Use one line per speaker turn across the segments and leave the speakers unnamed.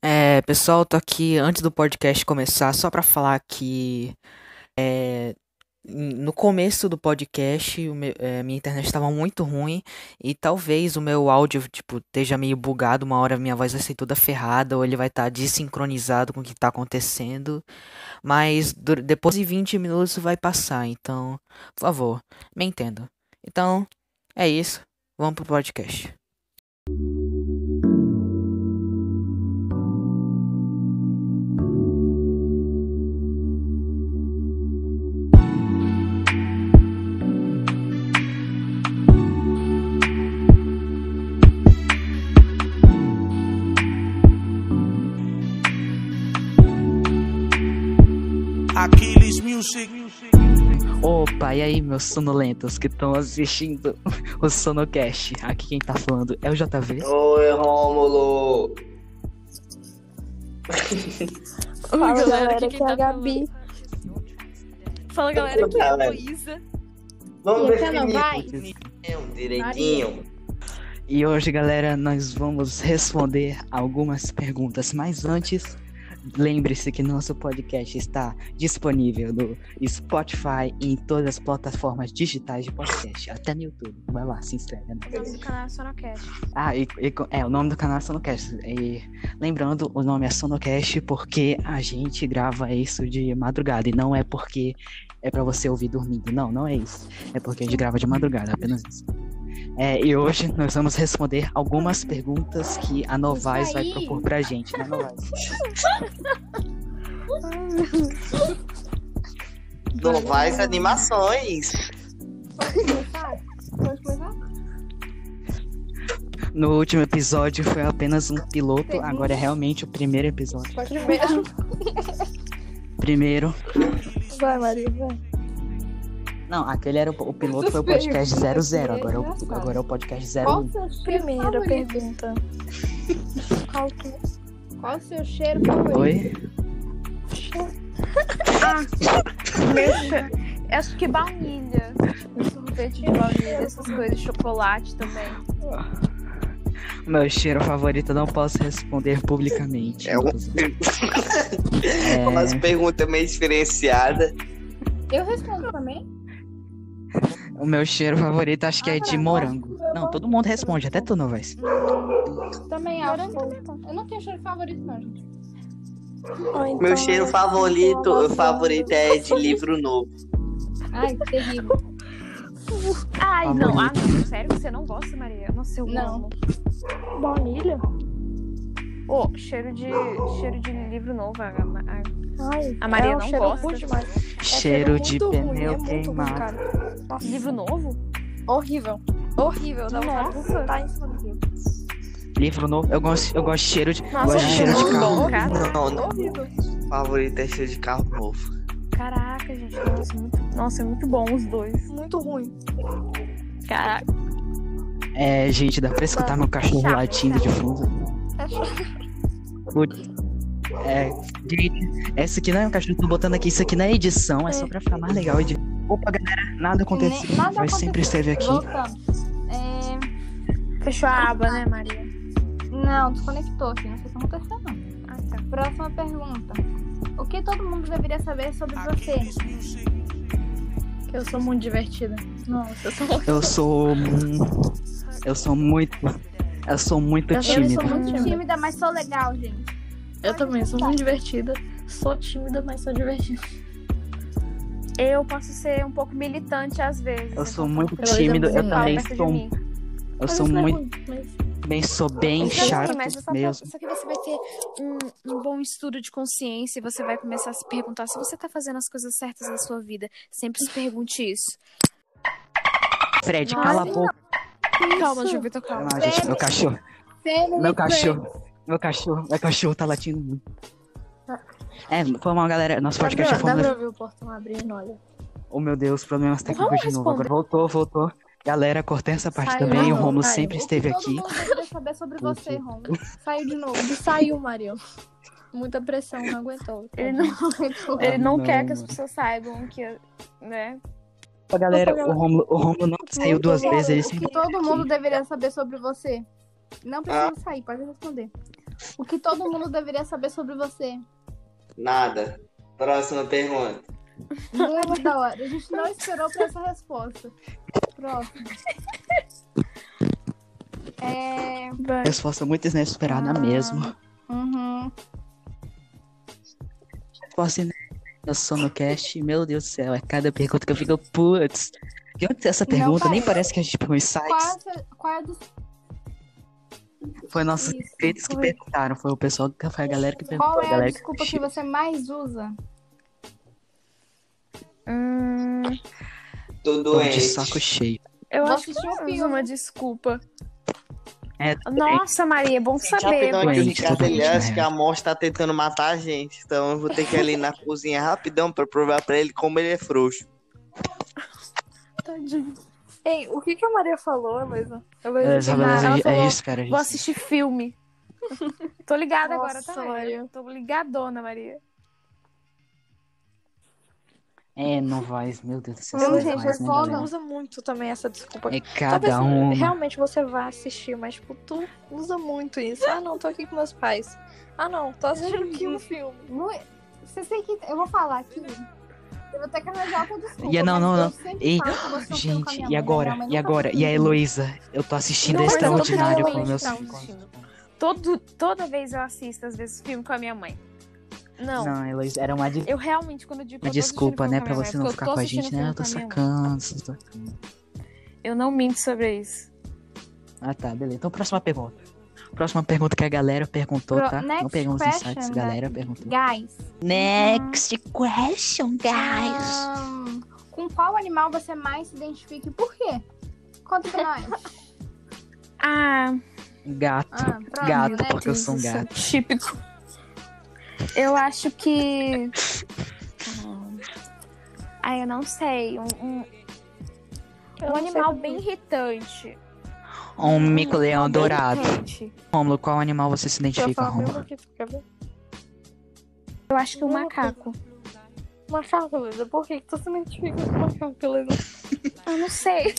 É, pessoal, tô aqui antes do podcast começar só para falar que é, no começo do podcast o meu- é, minha internet estava muito ruim e talvez o meu áudio tipo esteja meio bugado, uma hora minha voz vai ser toda ferrada ou ele vai estar desincronizado com o que tá acontecendo, mas dur- depois de 20 minutos vai passar, então, por favor, me entenda. Então, é isso. Vamos pro podcast.
Achilles Music.
Opa, e aí, meus sonolentos que estão assistindo o Sonocast. Aqui quem tá falando é o JV.
Oi, Rômulo!
Fala,
Oi,
galera,
aqui
aqui é a Gabi.
falando- Fala galera, aqui é a Luísa.
Vamos
E então,
definir
vai.
direitinho.
E hoje, galera, nós vamos responder algumas perguntas. Mas antes, lembre-se que nosso podcast está disponível no Spotify e em todas as plataformas digitais de podcast, até no YouTube. Vai lá, se inscreve. é
O
nóis.
nome do canal é Sonocast.
Ah, e, e co- é, o nome do canal é Sonocast. E lembrando, o nome é Sonocast porque a gente grava isso de madrugada. E não é porque é pra você ouvir dormindo. Não, não é isso. É porque a gente grava de madrugada, apenas isso. É, e hoje nós vamos responder algumas perguntas que a Novais vai
aí.
propor pra gente, né, Novais?
Novais animações.
Pode começar?
No último episódio foi apenas um piloto, agora é realmente o primeiro episódio.
Pode começar.
Primeiro.
Vai, Maria, vai.
Não, aquele era o, o piloto, foi o
Essas
podcast
perguntas
00,
aqui é
agora, é o-
engraçado.
agora é o podcast 01.
Qual o seu cheiro
Primeira
favorito?
pergunta.
Qual, que- qual é o seu cheiro favorito?
Oi?
Eu é? acho que baunilha. Sorvete de baunilha, essas coisas, chocolate também.
Meu cheiro favorito não posso responder publicamente.
É o-
inclusive.
Umas
É,
perguntas meio diferenciadas.
Eu respondo também?
o meu cheiro favorito acho que é de
Ah,
morango. Não, todo mundo responde, até tu não vai.
É,
Também acho. Eu não tenho cheiro favorito, não, gente.
então,
é
Meu cheiro favorito, favorito é de livro novo.
Ai, que terrível.
Ai,
Ah,
não. Ah,
baunilha.
não. Sério que você não gosta, Maria? Nossa, eu
Não.
amo.
Baunilha?
Ô, cheiro de cheiro de livro novo. A, a-
Ai,
a Maria
é um
não
cheiro
gosta.
ruim demais. É
Cheiro de
muito ruim,
pneu
é muito ruim,
queimado.
cara. Nossa,
Livro novo?
horrível. Horrível, dá vontade de
Nossa.
vomitar
tá
em cima do livro.
Livro novo, eu gosto, eu gosto de cheiro de.
Nossa,
gosto de cheiro de
muito
carro.
bom, cara.
Não, não.
Horrível.
Favorito é cheiro de carro novo.
Caraca, gente. Nossa, muito, nossa, é muito bom os dois.
Muito ruim.
Caraca.
É, gente, dá pra escutar meu cachorro
Chato,
latindo de
chato.
fundo. O- É, gente, essa aqui não é um cachorro, tô botando aqui, isso aqui na edição, é só pra ficar mais legal. edi- Opa, galera, nada aconteceu.
Nem- nada
Mas sempre esteve aqui.
Voltando. É...
Fechou a aba, né, Maria?
Não, desconectou aqui. Não sei o que aconteceu, não.
Ah, tá.
Próxima pergunta. O que todo mundo deveria saber sobre você?
Achilles Music.
Eu sou muito divertida. Nossa, eu sou
Eu sou. mu- Eu sou muito. Eu sou muito
Eu sou-
Eu
tímido.
sou muito tímida, mas sou legal, gente.
Eu também sou muito divertida. Sou tímida, mas sou divertida.
Eu posso ser um pouco militante às vezes.
Eu
né?
sou muito
Pelo
tímido. Eu
menos
Fala
também
perto de
sou.
mim.
Eu
Mas
sou
isso não é
muito
ruim, mas-
bem. Sou bem
Então, sim,
chato
mas é só,
mesmo.
pra- só que você vai ter um, um bom estudo de consciência e você vai começar a se perguntar se você tá fazendo as coisas certas na sua vida. Sempre se pergunte isso. é
Fred,
Nossa,
cala a
não.
boca.
Calma, Juvita, calma.
Não, gente, meu cachorro.
Sério,
Meu cachorro. Meu cachorro. Meu cachorro tá latindo muito. É, foi mal, galera. Nosso
Dá
podcast
pra,
é
dá
formado.
pra ver o portão abrindo, olha.
Oh, meu Deus, problemas técnicos
Vamos
de novo. Agora
responder.
voltou, voltou. Galera, cortei essa parte
Saiu,
também. O
não,
Romulo
saiu.
sempre esteve aqui.
Todo mundo deveria saber sobre
Puta.
você, Ron. Saiu de novo. Saiu, Marião. Muita pressão, não aguentou.
Ele não-
aguentou.
Ele não,
não,
quer que as
mano.
pessoas saibam que. eu- Né?
Opa, galera, o Romulo, o Romulo não saiu duas
Cara,
vezes. Ele
o
sempre Ah.
que todo mundo deveria saber sobre você. Não precisa sair, pode responder. O que todo mundo deveria saber sobre você.
Nada. Próxima pergunta.
Muito da hora. A gente não esperou pra essa resposta. Próximo. É...
Vai.
Resposta muito né, inesperada mesmo.
Uhum.
Posso ir na Sonocast, meu Deus do céu, é cada pergunta que eu fico, putz. De onde é essa pergunta? Nem
parece.
parece que a gente pegou insights.
Qual, é- qual é dos
Foi nossos
Isso,
inscritos que
foi.
perguntaram, foi o pessoal, que- foi a galera que perguntou.
Qual
a
é a
galera
desculpa que você mais usa?
Hum,
Tô
Tô de
doente.
saco cheio.
Eu
Vou
acho que
assistir um
eu uso
filme.
uma desculpa.
É, tudo bem.
Nossa, Maria, é bom saber.
Rapidão aqui
Doente,
de
tô doente,
Castelhanos,
né?
que a morte tá tentando matar a gente. Então eu vou ter que ir ali na cozinha rapidão pra provar pra ele como ele é frouxo.
Tadinho. Ei, o que, que a Maria falou, Heloísa?
É,
Heloísa,
Beleza, beleza,
ela
a gente- a
falou,
gente espera. a
Vou
gente-
assistir filme. Tô ligada agora,
Nossa,
tá? Maria?
Maria.
Tô ligadona, Maria.
É, não vai, meu Deus do céu.
Então,
Não,
não
gente,
vai,
é só
não vai.
não.
usa muito também essa desculpa.
É
Talvez
cada um.
realmente você vá assistir, mas tipo, tu usa muito isso. Ah, não, tô aqui com meus pais. Ah, não, tô assistindo aqui um filme.
Mu- é- Você tem que. Eu vou falar aqui. Eu vou ter que arranjar outra desculpa.
Yeah, é- não,
mas
não,
eu
não.
sempre
E,
falo que eu vou assistir um filme com a
gente,
minha
e
mãe,
agora?
minha mãe
E
nunca
agora?
assistiu
E a
um
Heloísa? Eu tô assistindo
Não, mas eu tô
Extraordinário
realmente
com meus
não assistindo. Todo, toda vez eu assisto, às vezes, filme com a minha mãe. Não.
Não, Heloísa, era uma, de-
Eu realmente, quando eu digo. que
uma
eu tô assistindo
desculpa,
filme
né?
a
Pra
minha
você
mãe, é
não
porque
ficar com a
assistindo
gente,
filme
né? Eu tô
a minha mãe.
sacando. vocês tão-
Eu não minto sobre isso.
Ah, tá, beleza. Então, próxima pergunta. Próxima pergunta que a galera perguntou,
Pro-
tá? Não
next
pegamos
question,
insights, a
né?
galera perguntou.
Guys.
Next question,
ahn, Ah, com qual animal você mais se identifica e por quê? Conta pra nós.
Ah,
Gato.
Ah, pronto,
gato,
né?
porque eu sou um
isso é
gato.
típico. Eu acho que. Ah, eu não sei. Um, um- um
Eu não sei
animal
também.
bem irritante.
Um mico-leão
Bem
dourado.
irritante.
Rômulo, qual animal você se
Eu ia
identifica,
falar
um
mesmo
Rômulo?
aqui, tu quer ver?
Eu acho que um macaco.
Macaco, Heloísa, por que, que tu se identifica com
um
macaco, Heloísa?
Eu não sei.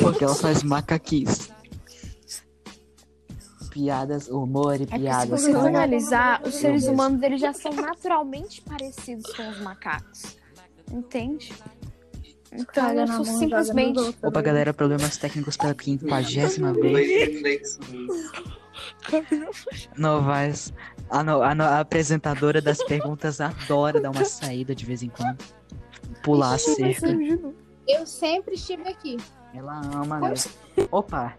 Porque ela faz macaquice. Piadas, humor e
É que se
piadas.
você for
cara.
analisar, os seres
Beleza.
humanos eles já são naturalmente parecidos com os macacos. Entende? Então,
Caga
eu
na
sou
mão, joga
simplesmente.
nos outros.
Opa, galera, problemas técnicos pela quinquagésima vez.
Dois reflexões.
Novais. A, no- a no- a apresentadora das perguntas adora dar uma saída de vez em quando. Pular a cerca.
Eu sempre estive aqui.
Ela ama, né? Opa!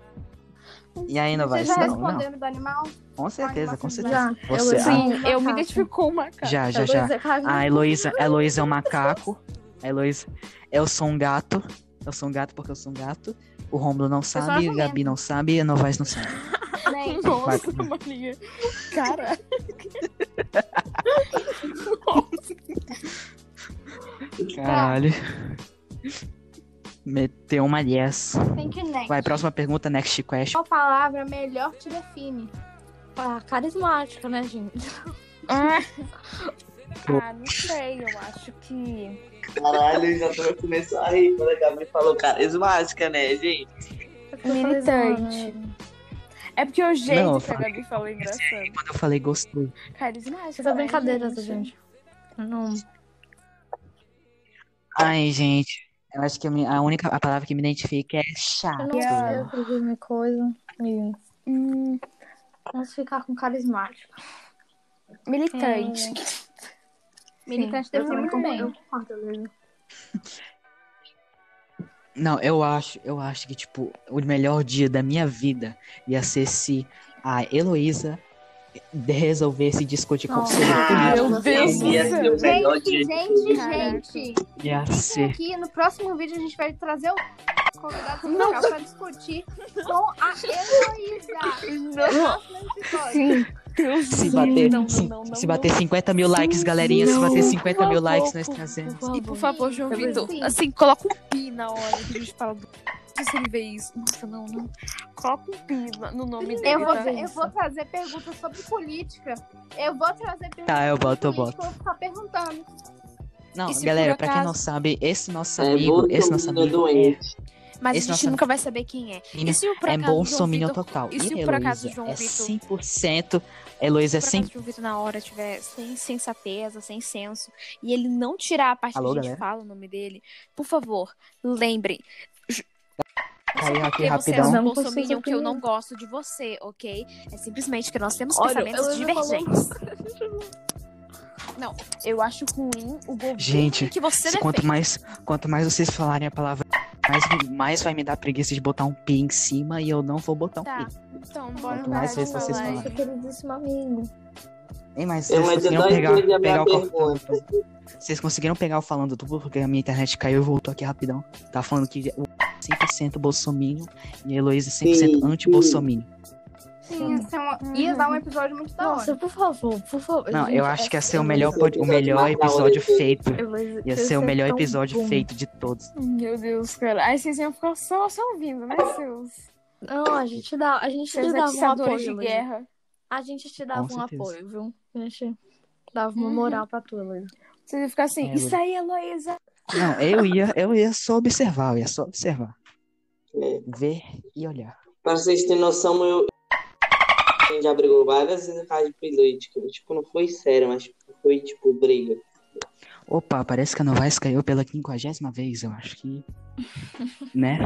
E aí, Novais?
Vocês já
Não, não.
responderam do animal?
Com certeza, com
Já.
certeza. Você,
Heloísa.
ah,
Sim,
Ah,
eu me
macaco.
identifico com o macaco.
já, já, já.
Heloísa, caga
A Heloísa, a Heloísa é um macaco. A Heloísa, eu sou um gato. Eu sou um gato porque eu sou um gato. O Romulo não
sou
sabe, a
jumenta.
Gabi não sabe e a Novaes não sabe.
Né?
Vai.
Nossa, Maria. Cara.
Tá.
Caralho. Meteu uma yes.
Tem que nem.
Vai, próxima pergunta, next question.
Qual palavra melhor te define?
Ah, carismática, né, gente?
Ah, não sei, eu acho que.
Caralho, eu já tô começando a rir quando a Gabi falou carismática, né, gente?
Eu tô
Militante.
falando,
É porque o jeito
Não,
que a Gabi falou é engraçado.
Quando eu falei gostei.
Carismática.
Essa
né,
brincadeira, essa gente. Não.
Ai, gente. Eu acho que a minha- a única a palavra que me identifica é
Eu
chato.
não sei fazer minha coisa. Me-
Hum,
Vamos ficar com carismático.
militante.
É,
Militante
eu
define muito
também
bem.
concordo.
Não, eu acho, eu acho que, tipo, o melhor dia da minha vida ia ser se a Heloísa resolvesse discutir com
Nossa.
você.
Meu Deus do
Ia ser é o
céu.
melhor
Gente,
dia.
gente,
Caraca.
gente.
Ia
Fiquem
ser.
aqui no próximo vídeo a gente vai trazer o convidado especial para discutir com a Heloísa. no
Não.
episódio.
Sim.
Se bater,
Não, não,
se,
não, não,
se bater 50 mil
Sim,
likes, galerinha, se
não.
bater 50 mil
Por
likes,
favor,
nós trazemos.
E por favor, João
Sim.
Vitor,
Sim.
assim, coloca um pi na hora que a gente fala do. Se ele vê isso. Nossa, não, não. Coloca um pi na- no nome dele.
Eu vou,
tá?
eu vou trazer perguntas sobre política. Eu vou trazer perguntas
Tá, eu boto, eu
sobre
boto.
política. Eu vou ficar perguntando.
Não,
E se
galera,
por
pra quem
acaso-
não sabe, esse nosso
É,
amigo,
todo
esse nosso
mundo
amigo é
doente.
Mas
Esse
a gente
nosso
nunca vai saber quem é.
Menina,
E se o por
É
acaso João
bolsominion
Vitor-
total.
e se
E
por acaso
Heloísa
João
é
Vitor-
100%. Heloísa é
por acaso
100%.
o Vitor um na hora tiver sem sensateza, sem senso, e ele não tirar a parte
Alô,
que a gente
galera?
fala o nome dele, por favor, lembrem. ju-
Caiu Tá aqui
Porque você é
rapidão.
um
Vamos por
bolsominion
suas
que eu não
opiniões.
gosto de você, ok? É simplesmente que nós temos
Olha,
pensamentos
Heloísa falou-
divergentes. Não, eu acho ruim o governo
Gente,
que você é
Se-
defende.
quanto mais, quanto mais vocês falarem a palavra, mais, mais vai me dar preguiça de botar um pi em cima e eu não vou botar um
Tá,
pi.
então bora
Quanto mais
parar de
vezes vocês
falar.
falarem.
queridíssimo amigo.
Ei, mas
Eu
vocês
ainda
conseguiram
não
pegar,
entendi a minha
pegar o cor-
pergunta.
Vocês conseguiram pegar o falando duplo porque a minha internet caiu e voltou aqui rapidão. Tá falando que o 100% bolsominho e a Heloísa é 100%
Sim,
anti-bolsominho.
Sim, ia, ser uma- ia dar um episódio muito da hora.
Nossa, por favor, por favor. é
Não,
é
eu acho que ia
é
ser o melhor,
esse
pod- o melhor
episódio né?
episódio
matar o Heloísa.
feito.
Heloísa,
Ia
você
ser o
é
melhor
tão
episódio
bom.
feito de todos.
Meu Deus, cara. Aí vocês iam ficar só, só ouvindo, né, seus,
Não, a gente dá, a gente te
seus
dava um apoio.
atiçadores de
Heloísa.
guerra.
A gente te dava
Com
um
certeza.
apoio, viu? A gente dava uma
Uhum.
moral pra tu, Heloísa.
Vocês iam ficar assim,
É,
isso aí, Heloísa.
Não, eu ia, eu ia só observar, eu ia só observar.
É.
Ver e olhar.
Pra vocês terem noção, eu. A gente já brigou várias vezes na casa de Pilote. Tipo, não foi sério, mas foi tipo briga.
Opa, parece que a Novais caiu pela quinquagésima vez, eu acho que. né?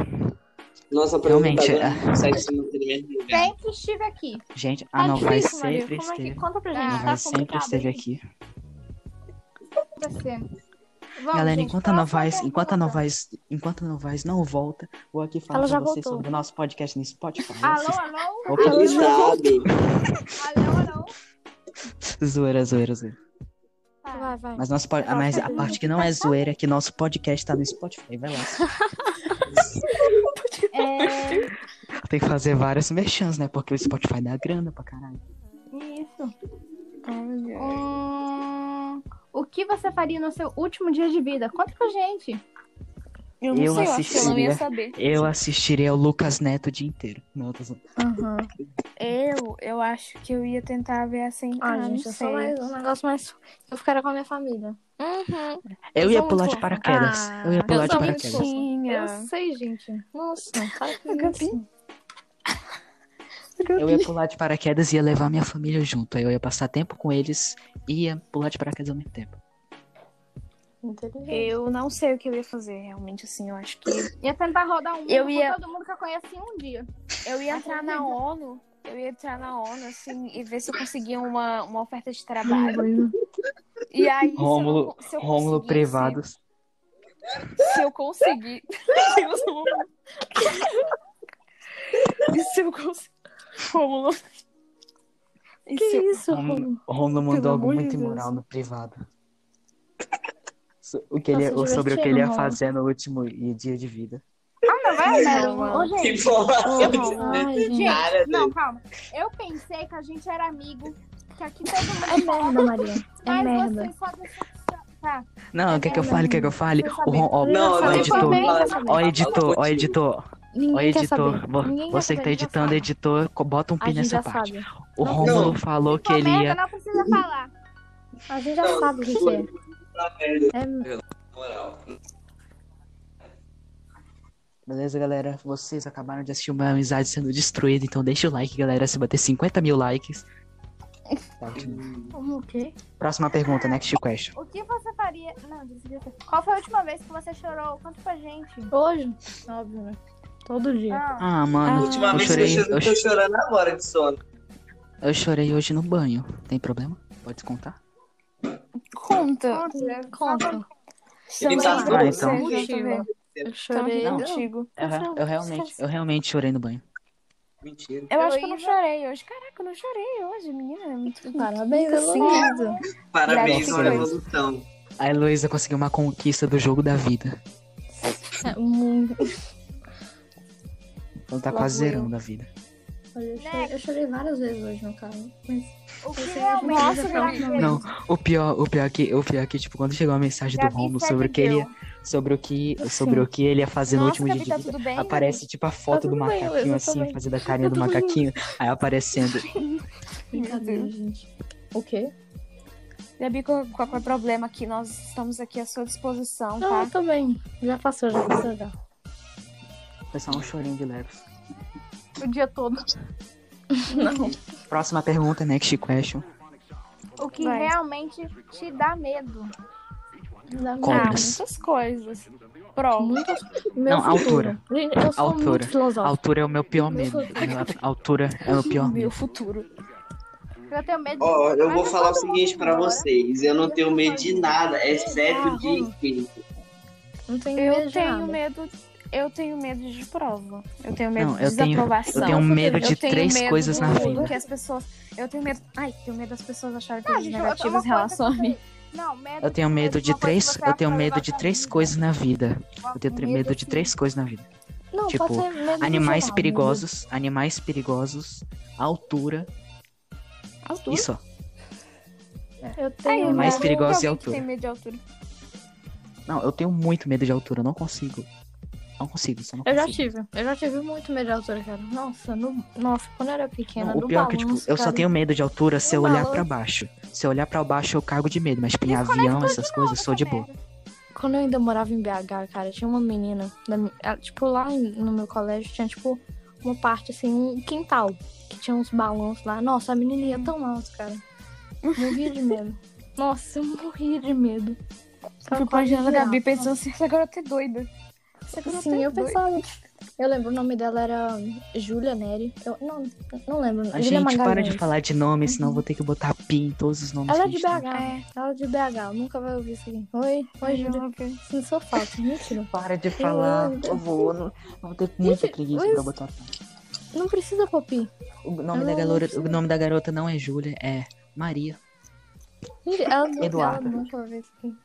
Nossa,
Realmente, é.
apresentadora não consegue se manter no é mesmo lugar.
Sempre estive aqui.
Gente,
Ah,
a Novais sempre
Tá Como é que...
esteve.
Conta pra
gente,
A
tá
gente,
Ah,
tá
Novais sempre esteve aqui.
Acontecendo. Vamos,
Galera,
gente,
enquanto a
próxima
Novais,
pergunta.
enquanto a Novais, enquanto a Novais não volta, vou aqui falar
Ela já
pra vocês
voltou.
sobre o nosso podcast no Spotify.
Alô, alô,
Opa,
Ele sabe.
alô, alô.
zoeira, zoeira, zoeira.
Tá.
Vai, vai.
Mas, nosso, po-
Nossa,
mas a
gente.
parte que não é zoeira é que nosso podcast tá no Spotify, vai lá.
É,
Tem que fazer várias merchans, né? Porque o Spotify dá grana pra caralho.
isso. Hum, um- o que você faria no seu último dia de vida? Conta pra gente.
Eu
Eu
eu acho que eu não ia
assistiria.
saber.
Eu assistiria ao Lucas Neto o dia inteiro. Não, eu tô zoando.
Eu, eu acho que eu ia tentar ver assim.
Ah,
não
gente, é só
sei.
mais um negócio mais. Eu ficaria com a minha família.
Uhum.
eu
Eu
ia
sou
pular
muito
de paraquedas.
fofa.
eu ia
Ah,
pular
eu
de
sou
paraquedas.
muito
Tinha.
Eu sei, gente. Nossa, para com
Gabi.
isso.
Eu ia pular de paraquedas e ia levar minha família junto. Aí eu ia passar tempo com eles e ia pular de paraquedas ao mesmo tempo.
Inteligente.
Eu não sei o que eu ia fazer, realmente, assim. Eu acho que.
Ia tentar rodar um mundo
Eu
com
ia-
todo mundo que eu conheci um dia.
Eu ia entrar na ONU. Eu ia entrar na ONU, assim, e ver se eu conseguia uma, uma oferta de trabalho. E aí. se eu não-
Hum. Rômulo-
se eu assim,
Rômulo
conseguisse-
privados.
Se eu conseguir. Deus, Rômulo. E se eu conseguir. Rômulo. E
Que
se eu-
isso, Romulo?
Romulo, Romulo
Pelo
mandou algo
amor de
muito
Deus.
imoral no privado. So- O que ele, é,
Nossa,
o- sobre o que ele ia
divertido, Romulo.
fazer no é último i- dia de vida.
Ah, Não vai,
Não,
Léo.
mano.
Ô, gente,
Que informação
Eu não.
Ai, gente.
desnecessária,
Não,
Deus.
calma. Eu pensei que a gente era amigo, que aqui todo
É
mundo falava,
merda, Maria. É
mas
merda.
você sabe
Não, quer que eu
não,
fale? Quer que eu fale?
não
O Ron, ó,
Não,
ó,
não,
editor.
não fala-
Ó,
fala
editor, ó,
contigo.
editor. Ó,
Ninguém quer
editor.
saber.
Vo-
Ninguém quer
Você que tá
saber, ninguém
editando,
sabe.
editor, co- bota um
A
pi
gente já
nessa parte.
sabe.
O
Não,
Rômulo
não.
falou que ele
merda,
ia.
não precisa falar.
A gente já sabe o que que é.
É
Beleza, galera? Vocês acabaram de assistir uma amizade sendo destruída, então deixa o like, galera, se bater 50 mil likes. Tá, ótimo.
O quê?
Próxima pergunta, next question.
O que você faria... Não, desliga. Qual foi a última vez que você chorou? Conta pra gente.
Hoje? Óbvio, né? Todo dia.
Ah,
Ah, mano, eu
Ultimamente
chorei.
eu
eu
tô chorando agora de sono.
Eu chorei hoje no banho. Tem problema? Pode contar?
Conta.
conta.
Conta.
Estamos
tá
aí
bom,
com
então.
você, Juliana.
Eu
Estamos aqui
chorei.
contigo.
Eu, realmente, eu realmente chorei no banho.
Mentira.
Eu acho que eu não
Heloísa.
chorei hoje. Caraca, eu não chorei hoje, menina. É muito-
Parabéns,
Muito
Heloísa.
Parabéns
Graças
pela
a Deus.
evolução.
A Heloísa conseguiu uma conquista do jogo da vida.
É muito.
Então tá
Logo
quase
eu.
zerando a vida.
Eu chorei, eu chorei várias vezes hoje no carro. Mas
O que
Você
realmente
é
você
maravilhosa.
faria?
Não, o pior, o pior que, o pior que tipo, quando chegou a mensagem do
Gabi
Romulo
Sete
sobre o que ele
Girl.
ia, sobre o que, sobre o que ele ia fazer
Nossa,
no último
Gabi,
dia
tá
de vida,
tudo bem?
aparece tipo a foto do
tudo bem,
macaquinho
Heloísa, tá
assim,
bem.
fazendo a carinha do
Tá tudo bem.
macaquinho, aí aparecendo.
brincadeira, gente. O quê?
Gabi, qual, qual é o problema aqui? Nós estamos aqui à sua disposição,
Não,
tá?
eu também. Já passou, já passou já.
Foi só um chorinho de leves.
O dia todo.
Próxima pergunta, né, next question.
O que
Vai.
realmente te dá medo.
Cobras.
Dá medo.
Ah, muitas coisas. Prova.
Muitas... Meu
Não, a
futuro.
altura.
Gente, eu sou
Altura.
muito
A
filosófica.
altura é o meu pior medo. A altura é o meu pior
Meu
medo.
futuro.
Eu tenho medo de
Ó, eu
Mas
vou
eu
falar o
todo mundo
seguinte pra
embora.
vocês. Eu não
Eu
tenho
não
medo
gosto
de
de
nada, exceto de espírito.
Não tenho medo
Eu
de
tenho
nada.
medo. Eu tenho medo de prova. Eu tenho um medo
Não,
de
eu tenho-
desaprovação.
eu tenho medo de
Eu tenho
três
medo
coisas na
do
vida.
Que as pessoas. Eu tenho medo. Ai, tenho medo das pessoas acharem
Ah,
Não,
coisas
gente, eu-
negativas
uma
em Ah, relação a
coisa que
mim.
eu tenho- Não, medo
Eu tenho
de-
medo
medo
de
uma coisa que
três,
você
eu tenho
vai
medo
levar
de
pra
três
vida.
coisas na vida.
Uma-
Eu tenho tre-
medo,
medo de
assim,
três coisas na vida.
Não,
Tipo,
pode ter medo de
Animais
sei lá,
perigosos, animais perigosos, altura
Altura.
e só.
medo. Eu
Ai,
tenho
eu
mais
não-
perigosa
tem
é a
alguém que
altura.
Tem medo de altura.
Não, eu tenho muito medo de altura, eu não consigo. Não consigo, só não
Eu já
consigo.
tive. Eu já tive muito medo de altura, cara. Nossa, no... Nossa quando eu era pequena,
Não,
no
o pior é que, tipo,
balanço,
eu só
cara,
tenho medo de altura se eu
No
olhar
balanço.
pra baixo. Se eu olhar pra baixo, eu cago de medo, mas tipo, em avião, essas coisas, eu sou de boa.
Quando eu ainda morava em BH, cara, tinha uma menina, da mi- ela- tipo, lá em- no meu colégio tinha, tipo, uma parte, assim, um quintal, que tinha uns balanços lá. Nossa, a menina ia tão alto, cara. Morria de medo. Nossa, eu morria de medo.
Eu
Ficava
fico imaginando a
quase
Gabi
alto.
pensando assim, essa garota é doida. Essa garota
Sim,
é
eu
doida.
pensava. Eu lembro o nome dela era Júlia Neri. Eu não, não lembro.
A
Júlia
gente para de
Magalhães.
falar de nome, senão eu vou ter que botar pi em todos os nomes.
Uhum. Ela é
que a
de
gente tem.
BH. Ela é de BH. Nunca vai ouvir isso aqui. Oi, oi, Júlia. Isso não sou falso. Mentira.
Para de
falar,
falar,
Meu Deus.
eu
eu
vou. Não, vou ter muita
é Gente,
preguiça
mas-
pra botar pi.
Não precisa copiar.
O nome,
Eu
da
não
garota,
sei.
o nome da garota não é Júlia, é Maria.
Gente, ela, nunca-
Eduarda.
ela nunca vai ouvir isso aqui.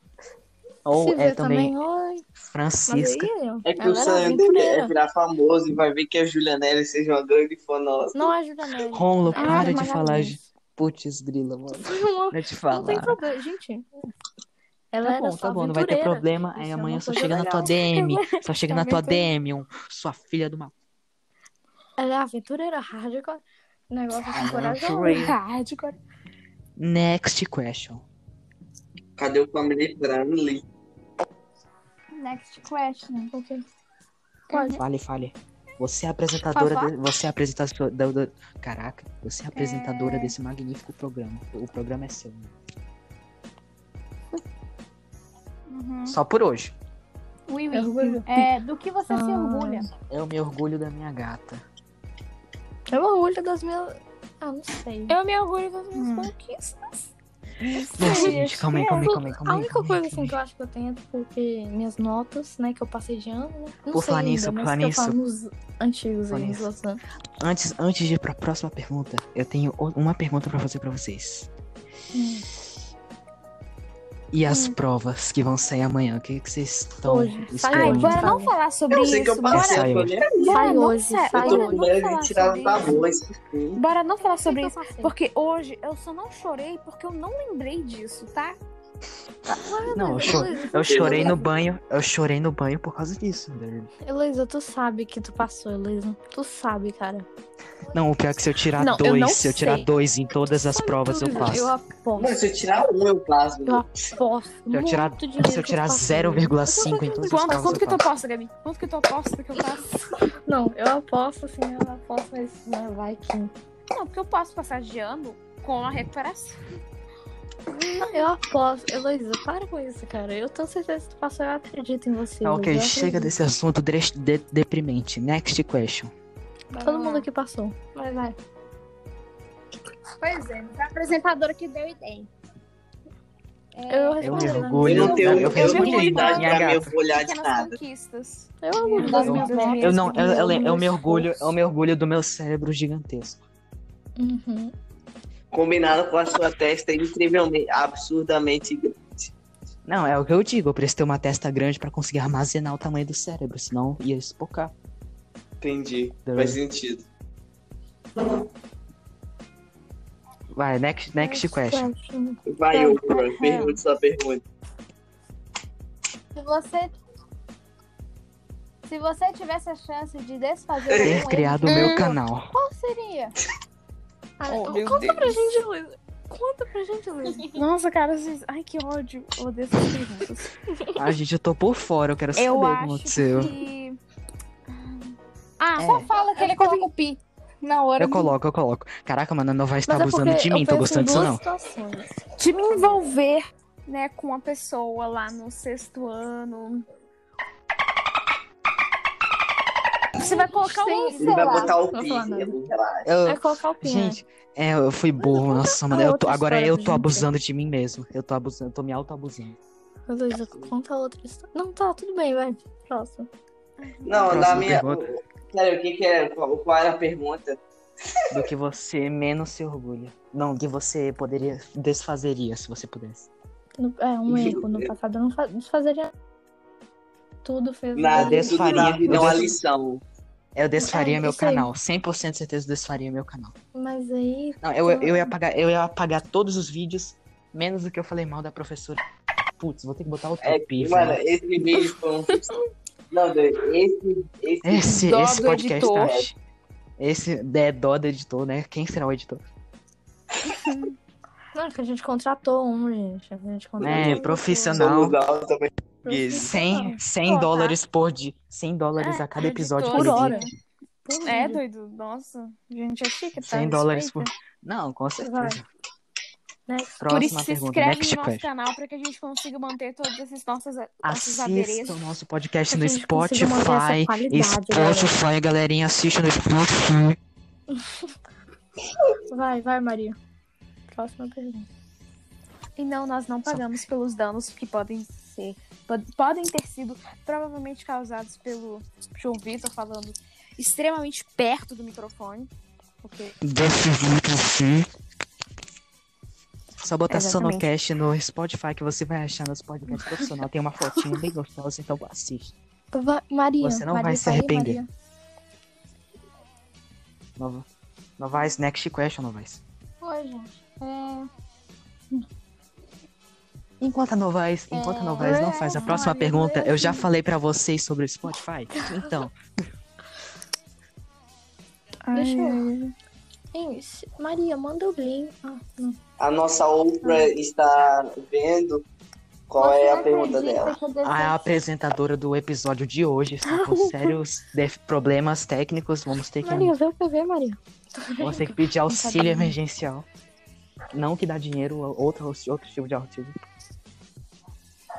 Ou
Se
é
vê
também
Oi. Mas
Francisca.
aí, ó,
É que
ela
o
era
sonho dele
aventureira.
é virar famoso e vai ver que a Julianelli seja uma grande fonosa.
Não é ajuda nela.
Romulo,
Ela
para
era
de falar.
Ah, é Magalhães.
de- Putz, grila, mano.
Não,
Para de
não tem
falar.
problema, gente. Ela
Tá
era
bom,
só
tá bom, não vai ter
aventureira.
problema. Aí
Isso é
amanhã
uma
só
coisa Tá
chega na tua DM. Só chega na tua
Aventureira.
DM, um- sua filha do mal.
Ela é aventureira hardcore. Negócio assim, corajoso. Ah, é
Hardcore.
Next question.
Cadê o Family Friendly?
Next question.
Ok. Pode.
Fale, fale. Você é apresentadora. de- você é apresentadora. da- da- Caraca, você é apresentadora desse magnífico programa. O programa é seu. né?
Uhum.
Só por hoje.
Ui,
Eu orgulho.
ui. É, do que você se
Ah.
orgulha?
Eu me orgulho da minha gata.
Eu me orgulho das minhas. Ah, não sei.
Eu me orgulho das minhas
Hum.
conquistas.
Nossa, gente, calma aí, calma aí, calma aí. Calma
A
aí,
única
calma aí,
coisa
calma
assim que eu
aí.
acho que eu tenho é tipo, que minhas notas, né, que eu passei de ano. né? Não
Por
sei
falar nisso,
ainda,
por
mas
falar
que eu falo nos antigos
Falar
aí, nos
nisso.
outros anos.
Antes, antes de ir pra próxima pergunta, eu tenho o- uma pergunta pra fazer pra vocês. E
Hum.
as provas que vão sair amanhã? O que, que vocês estão
Hoje. Sai
esperando?
hoje,
Bora
Fala.
não falar sobre
Eu sei que
isso.
eu passei
bora.
a colher,
Bora
Sai
não
hoje,
sa-
sai
eu
bora
tô
hoje.
com
não
medo
falar
de tirar
sobre
o tabu.
isso. Bora não falar
Sobre
sobre isso. Porque hoje eu só não chorei porque eu não lembrei disso, tá?
Não, eu, cho- eu chorei no banho. Eu chorei no banho por causa disso. né? velho.
Heloísa, tu sabe que tu passou, Heloísa. Tu sabe, cara.
Não, o pior é que se eu tirar
Não, eu
dois,
não
se eu tirar
sei.
dois em todas as provas, eu
Tudo,
passo.
Eu aposto.
Mano, se eu tirar um, eu passo.
Eu aposto.
Se eu tirar,
muito dinheiro
se eu
que
tirar
passei.
0,5 em todas as
um Quanto,
provas,
quanto
tá
que
eu
tu
passo.
aposta, Gabi? Quanto que tu aposta que eu passo?
Não, eu aposto, assim, eu aposto, mas né, vai que.
Não, porque eu posso passar de ano com a recuperação.
Não, Ah, Eu aposto. Heloísa, para com isso, cara. Eu tenho certeza que tu passou. Eu acredito em você.
Tá, ok,
Heloísa, eu
chega
acredito.
desse assunto dres- de- deprimente. Next question.
Todo mundo aqui passou. Vai, vai.
Pois é, a apresentadora que deu ideia.
Eu
Eu
respondo.
me
né?
orgulho.
Eu não tenho
eu
eu não
me
tenho
orgulho
idade
da minha
pra me
gata.
orgulhar Tá de
Pequenas
nada.
conquistas.
Eu me orgulho das
Eu-
minhas
eu-
notas.
Eu não, eu, eu,
dos
eu me
meus
orgulho, eu
esforços.
me orgulho do meu cérebro gigantesco.
Uhum.
Combinado com a sua testa é incrivelmente, absurdamente grande.
Não, é o que eu digo, eu preciso ter uma testa grande pra conseguir armazenar o tamanho do cérebro, senão ia espocar.
Entendi.
Deu.
Faz sentido.
Vai, next, next question.
Vai, eu, pergunte sua pergunta.
Se você. Se você tivesse a chance de desfazer algum
Ter
erro,
criado o meu canal.
qual seria?
Ah,
Oh, meu
conta pra
Deus.
gente, Luísa. Conta pra gente, Luísa.
Nossa, cara, vocês... Ai, que ódio. Eu odeio essas perguntas.
Ah, gente, eu tô por fora, eu quero saber
Eu
o que
acho
aconteceu.
que...
Ah, só
É.
fala que ele coloca o pi na hora.
Eu coloco, eu coloco. Caraca, mano, não vai estar
Mas é
tá abusando
porque
de mim,
eu
tô
penso
gostando
em
disso
duas
não.
situações.
de me envolver, né, com uma pessoa lá no sexto ano. Você vai colocar um,
Sim,
Ele vai
Sei lá,
botar o
não vou
pi,
falar nada.
relaxa.
Eu-
É colocar o pin. né?
Gente, é, eu fui burro, nossa, mano. Eu tô,
outra
agora
história
eu
do
tô
Junker.
abusando de mim mesmo. Eu tô abusando, eu tô me auto-abusando.
Meu Deus, eu- conta outra história. Não, tá, tudo bem, vai. Próximo.
Não,
Próxima
da minha.
pergunta.
Sério, o que, que é? Qual, qual era a pergunta?
Do que você menos se orgulha. Não, do que você poderia desfazeria se você pudesse.
No- é, um erro. No passado eu não fa- desfazeria tudo, fez
Nada,
Deus
tudo
faria.
na vida é uma
Deus-
lição.
Eu desfaria
É,
meu
isso aí.
canal. 100% certeza desfaria meu canal.
Mas aí.
Não, eu, eu, ia apagar, eu ia apagar todos os vídeos, menos o que eu falei mal da professora. Putz, vou ter que botar outro
É,
pi,
mano,
velho.
esse vídeo foi um. Não, doido, esse. Esse.
Esse,
Dó
esse
do
podcast
editor.
tá... Esse é dó do editor, né? Quem será o editor?
Não, é que a gente contratou um, gente. A gente contratou
É,
um.
profissional.
alto, também.
Profissional.
100, 100
Pô, tá.
dólares por dia. 100 dólares a cada
editor
episódio
Por
ele
hora.
edita.
Por
É,
dia.
doido. Nossa, gente, é chique, tá?
100 dólares por...
Respeita.
Não, com certeza.
Next.
Por isso
Próxima
se
pergunta.
inscreve
Next
no nosso
question.
canal pra que a gente consiga manter todos esses nossos, nossos
Assista
adereços.
o nosso podcast
Pra que
no
a gente consiga manter essa
Spotify.
qualidade, né,
Spotify, galerinha, assiste no Spotify.
Vai, vai, Maria. Próxima pergunta.
E não, nós não pagamos pelos danos que podem ser. pod- podem ter sido provavelmente causados pelo João Vitor falando extremamente perto do microfone. Porque
Só botar
Exatamente.
Sonocast no Spotify que você vai achar nos podcasts profissional. Tem uma fotinha bem gostosa, então assiste.
Vai, Maria.
Você não
Maria,
vai se
tá aí,
arrepender.
Maria?
Nova- Novais, next question, Novais.
Oi, gente.
Enquanto a Novais,
É,
enquanto a Novais não faz a próxima pergunta, eu já falei pra vocês sobre o Spotify. Então,
Deixa eu. Hein, se- Maria, manda o link. Ah, não.
A nossa Oprah está vendo qual é a pergunta dela.
a apresentadora do episódio de hoje está com sérios def- problemas técnicos. Vamos ter que,
Maria, vê o PV, Maria.
vamos ter que pedir auxílio emergencial. Não que dá dinheiro, outro, outro tipo de auxílio.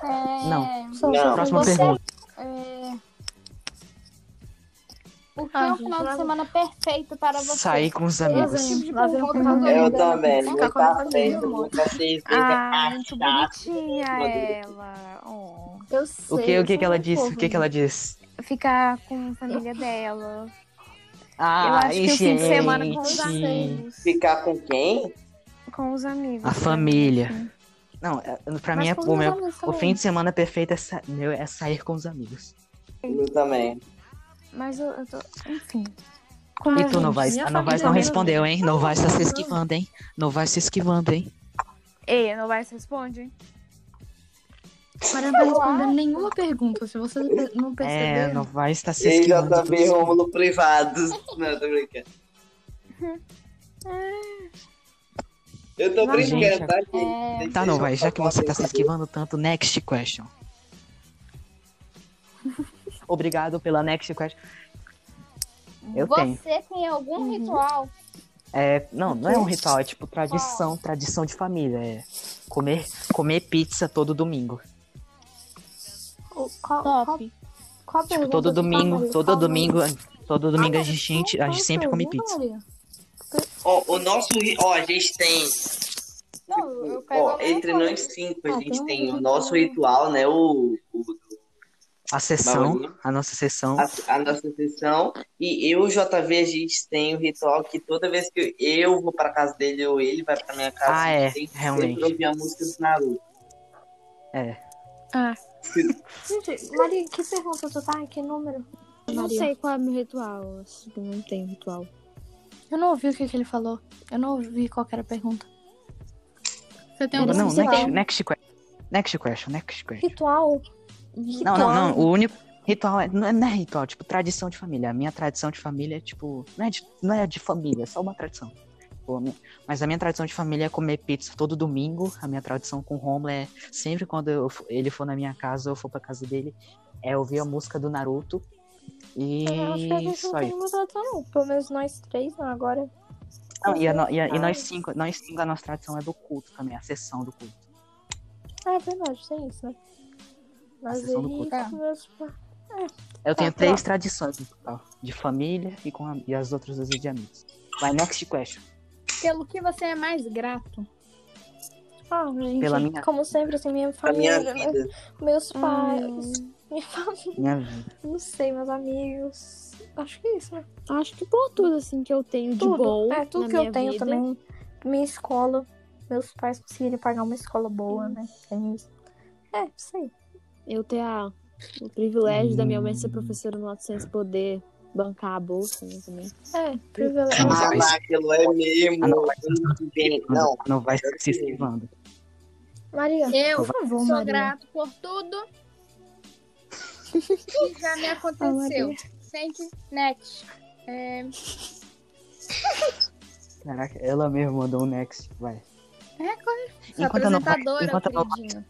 é,
Não,
Só,
Não.
próxima
você-
pergunta.
O que
Ah,
é um
gente,
final
lá-
de semana perfeito para você?
Sair com os amigos.
Desenho.
de
Lá vem
pergunta
o
que eu
PV.
tô
Eu
lembrando.
também, tá
Fica
vou
com a
estar
minha
vendo,
um
vocês vão
Ah, muito
achar.
bonitinha
é
ela. Oh.
Eu sei.
O que, o
eu
que,
sou
que ela
um
disse? O
povo,
que, que ela disse?
Ficar com a família dela. Eu
Ah,
acho que o fim de semana com os
gente.
amigos.
Ficar com quem?
Com os amigos.
A
né?
família. Não, é- pra
Mas
mim é
com os
o meu.
meus amigos
O
também.
fim de semana perfeito é, sa- meu, é sair com os amigos.
Eu também.
Mas eu, eu tô. Enfim. Com
E
as
tu, Novaes?
minha
A Novaes
família
não
também.
respondeu, hein? Novaes tá se esquivando, hein? Novaes se esquivando, hein? É,
Ei, não vai se responde, hein?
Maria não tá respondendo nenhuma pergunta. Se vocês não
É,
perceberam.
Novaes tá se
E
esquivando.
JB Rômulo privados. Não, tô brincando. Eu tô
Não,
brincando,
gente,
tá,
é-
gente?
Tá, Novaes, já que você tá se esquivando tanto, next question. Obrigado pela next question. Eu tenho.
Você tem algum
Uhum.
ritual?
É, não, não é um ritual, é tipo tradição, tradição de família. É comer, comer pizza todo domingo.
O- Qual, qual,
Top.
qual a
Tipo,
pergunta
todo
que tá,
domingo,
Maria?
todo
Fala.
domingo, todo domingo a
Ah,
gente, a
qual
gente
a
sempre come
pergunta,
pizza.
Maria?
Ó, o nosso. ri- Ó, a gente tem.
Não, eu pego
Ó,
alguma
entre
coisa.
nós cinco, a
Ah,
gente
tem um
tem o
Uhum.
ritual.
nosso ritual, né? O. o
A sessão,
Maria.
a nossa sessão.
a, a nossa sessão. E eu e o JV, a gente tem o ritual que toda vez que eu vou pra casa dele ou ele vai pra minha casa,
Ah,
a
é,
gente tem que
realmente.
sempre ouvir a música do Naruto.
Gente, Maria, que pergunta tu tá? Que número?
Não
Maria.
sei qual é o meu ritual. assim, Não tem ritual.
Né?
Eu não ouvi o que, que ele falou. Eu não ouvi qual que era a pergunta.
Você tem
Não,
algum
não,
ritual?
next, next question. Next question, next question.
Ritual.
Não, não, não. O único ritual é, não, é, não é ritual, tipo, tradição de família. A minha tradição de família é, tipo, não é de, não é de família, é só uma tradição. Tipo, a minha- Mas a minha tradição de família é comer pizza todo domingo. A minha tradição com o Romulo é sempre quando eu f- ele for na minha casa ou eu for pra casa dele, é ouvir a música do Naruto. E
Eu acho que a gente
isso
não
aí.
tem muita tradição, não. Pelo menos nós três, não. Agora.
Não, e, a no- e a- e nós cinco, nós cinco, a nossa tradição é do culto também, a sessão do culto.
Ah, é verdade, tem isso, né? Mas
Vocês são do
aí.
culto.
com meus pa-
Eu tenho
Tá,
três tradições no total. De família e, com a- e as outras duas de amigos. Vai, next question.
Pelo que você é mais grato?
Ah, gente,
Pela minha-
como sempre, assim, minha
A minha
família, né?
vida.
meus
Hum.
pais, minha família,
Minha vida.
não sei, meus amigos. Acho que é isso, né?
Acho que por tudo assim que eu tenho de
Tudo.
bom.
é, tudo
na
que eu
minha
tenho
vida.
também. Minha escola, meus pais conseguirem pagar uma escola boa, né? Tem isso. É, sei.
Eu ter a, o privilégio da minha mãe ser professora no AdSense poder bancar a bolsa, né, também.
É, privilégio.
Nossa,
Ah,
mas-
aquilo é mesmo.
Ah, não, mas-
Ano que vem. Não, Assim,
Não vai se esquivando.
Maria,
Eu
por favor,
Sou
Maria.
grato por tudo que já me aconteceu. Sente, né, next. É,
Caraca, ela mesmo mandou um next. Vai.
é coisa. Sou
Enquanto eu não-
apresentadora,
enquanto eu não-
queridinha.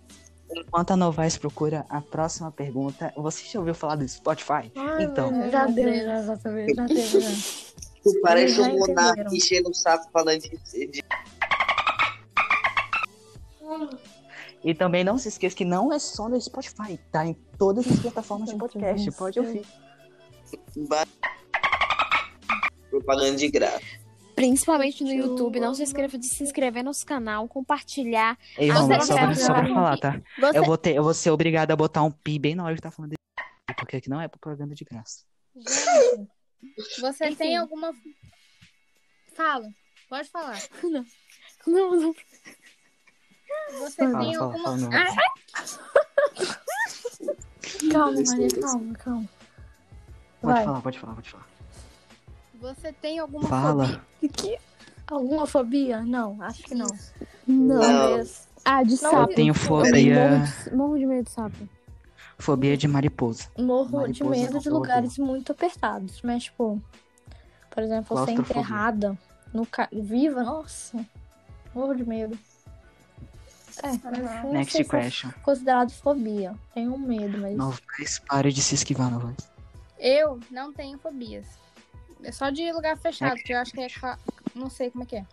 Enquanto a Novais procura a próxima pergunta, você já ouviu falar do Spotify?
Ai,
então,
mano, É, né? já deu, já, exatamente. Já deu, né? já.
tu parece
Já
um
entenderam.
monarca enchendo o saco falando de, de
E também não se esqueça que não é só no Spotify, tá em todas as plataformas de podcast. Pode ouvir.
ba- propaganda de graça.
Principalmente no YouTube. Não se esqueça de se inscrever no nosso canal, compartilhar.
Ei,
Ah,
não,
você não
só,
quer
pra, só pra
falar?
falar, tá?
Você...
Eu vou, ter, eu vou ser obrigado a botar um pi bem na hora que tá falando de... Porque aqui não é propaganda de graça.
Você tem alguma. Fala, pode falar.
Não, não.
Você
Fala,
tem
fala,
alguma.
fala, não.
Ah,
Calma, Maria, calma, calma.
Pode
Vai.
falar, pode falar, pode falar.
você tem alguma.
Fala.
Que... Alguma fobia? Não, acho que não.
Não.
Talvez.
Ah, de
Não,
Eu
Sapo.
tenho é- fobia,
Morro de medo de sapo.
fobia de mariposa.
Morro de
Mariposa
medo
não,
de
eu odeio.
lugares muito apertados. Mas, tipo, por exemplo, ser
Claustrofobia.
enterrada no ca... viva, nossa. Morro de medo. É, mas não
Next
sei se
question.
é considerado fobia. Tenho medo, mas.
Novais, pare de se esquivar, Novais.
Eu não tenho fobias. É só de lugar fechado, que eu acho que é. cla- Não sei como é que é.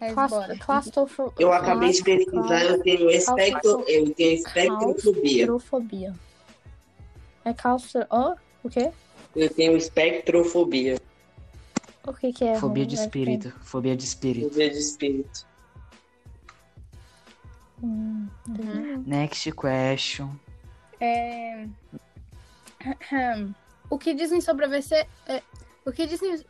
Mas bora.
Claustro- Claustrofo...
Eu acabei de pesquisar, eu tenho espectro, eu tenho espectrofobia.
Claustrofobia. É claustro... Hã? o quê?
Eu tenho espectrofobia.
O que que é?
Fobia de
Rony? Deve ter-
espírito. Fobia de espírito.
Fobia de espírito.
Hum,
Uhum.
entendi.
Next question.
É... O que dizem sobre você? é, O que dizem?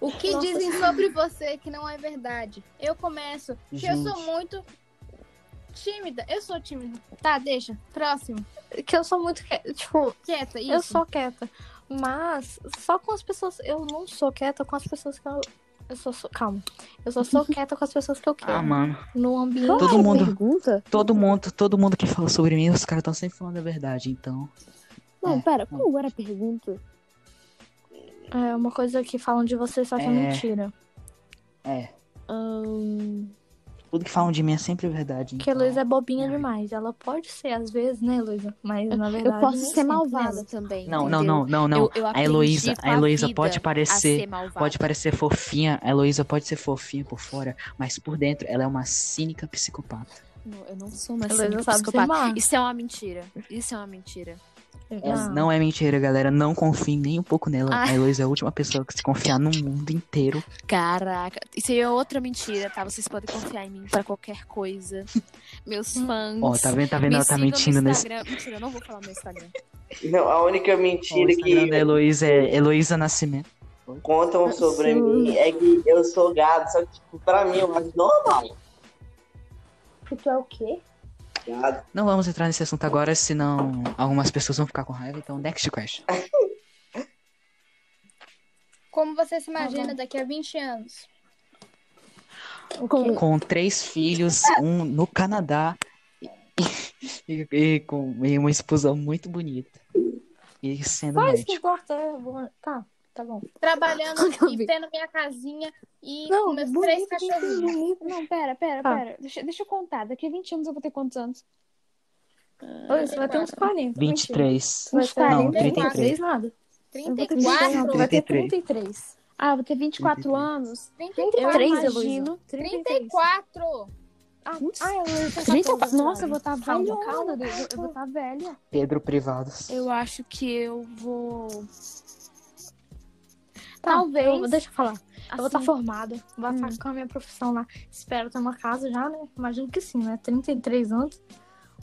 O que
Nossa.
dizem sobre você que não é verdade? Eu começo. Que eu sou
Gente.
muito tímida. Eu sou tímida. Tá, deixa. Próximo.
Que eu sou muito... que- Tipo,
Quieta. Isso.
eu sou quieta. Mas só com as pessoas... Eu não sou quieta com as pessoas que eu... Eu só sou... Calma. Eu só sou quieta com as pessoas que eu quero.
Ah, mano.
no ambiente...
Todo
é
mundo-
Pergunta?
Todo mundo, todo mundo que fala sobre mim, os caras estão sempre falando a verdade, então.
Não,
É.
pera. Qual era a pergunta?
É uma coisa que falam de você, só que é,
É.
mentira.
É.
Ahn,
Tudo que falam de mim é sempre verdade.
Porque a
então.
Ah.
Luísa é bobinha
Ai.
demais. Ela pode ser, às vezes, né, Luísa? Mas, na verdade...
Eu posso
nem
ser
sempre, né,
malvada
Luísa?
também.
Não, não,
entendeu?
não, não, não.
Eu- eu
a Heloísa,
aprendi com
a Heloísa
vida
pode
a
parecer.
ser malvada.
Pode parecer fofinha, a Heloísa pode ser fofinha por fora, mas por dentro ela é uma cínica psicopata.
Não, eu não sou uma
Ela não
cínica
sabe ser má.
psicopata. Isso é uma mentira. Isso é uma mentira.
Ah,
Ela não é mentira, galera. Não confiem nem um pouco nela.
Ah.
A Heloísa é a última pessoa que se confiar no mundo inteiro.
Caraca, isso aí é outra mentira, tá? Vocês podem confiar em mim pra qualquer coisa. Meus fãs.
Ó, tá vendo? Tá vendo?
me
ela tá
sigam
mentindo
no
nesse.
Instagram. Mentira, eu não vou falar meu Instagram.
Não, a única
Ó, O
mentira
Instagram da
que
Heloísa é Heloísa Nascimento.
contam sobre
Ah, Sim.
mim é que eu sou gado. Só que, tipo, pra mim, eu acho normal.
Que tu é o quê?
Gado.
Não vamos entrar nesse assunto agora, senão algumas pessoas vão ficar com raiva. Então, next question.
Como você se imagina daqui a 20 anos?
Com...
Com três filhos, um no Canadá e, e com e uma esposa muito bonita. E sendo
Mas
médico.
não importa, é bom. Tá, tá bom.
Trabalhando
Gabi.
e tendo minha casinha e
Não,
com meus
bonito,
três
bonito,
cachorrinhos.
Não, pera, pera,
Tá.
pera. Deixa, deixa eu contar. Daqui a 20 anos eu vou ter quantos anos?
Oi, você vai ter uns 40. mentira.
23.
Você vai ter
Não,
40,
33.
nada. Eu vou ter 29,
34?
vai ter
33.
33. Ah, eu vou ter 24
33.
anos. Eu
34.
33,
imagino.
Heloísa. 33.
34.
Ah,
Putz.
ah, Heloísa,
34.
Nossa, eu vou estar
Calma,
velha.
calma,
cara.
Deus,
Eu vou tá estar velha.
Pedro Privados.
Eu acho que eu vou.
Tá,
Talvez.
eu- deixa eu falar. eu vou estar
assim,
formada. Vou estar com a minha profissão lá. Espero ter uma casa já, né? Imagino que sim, né? 33 anos.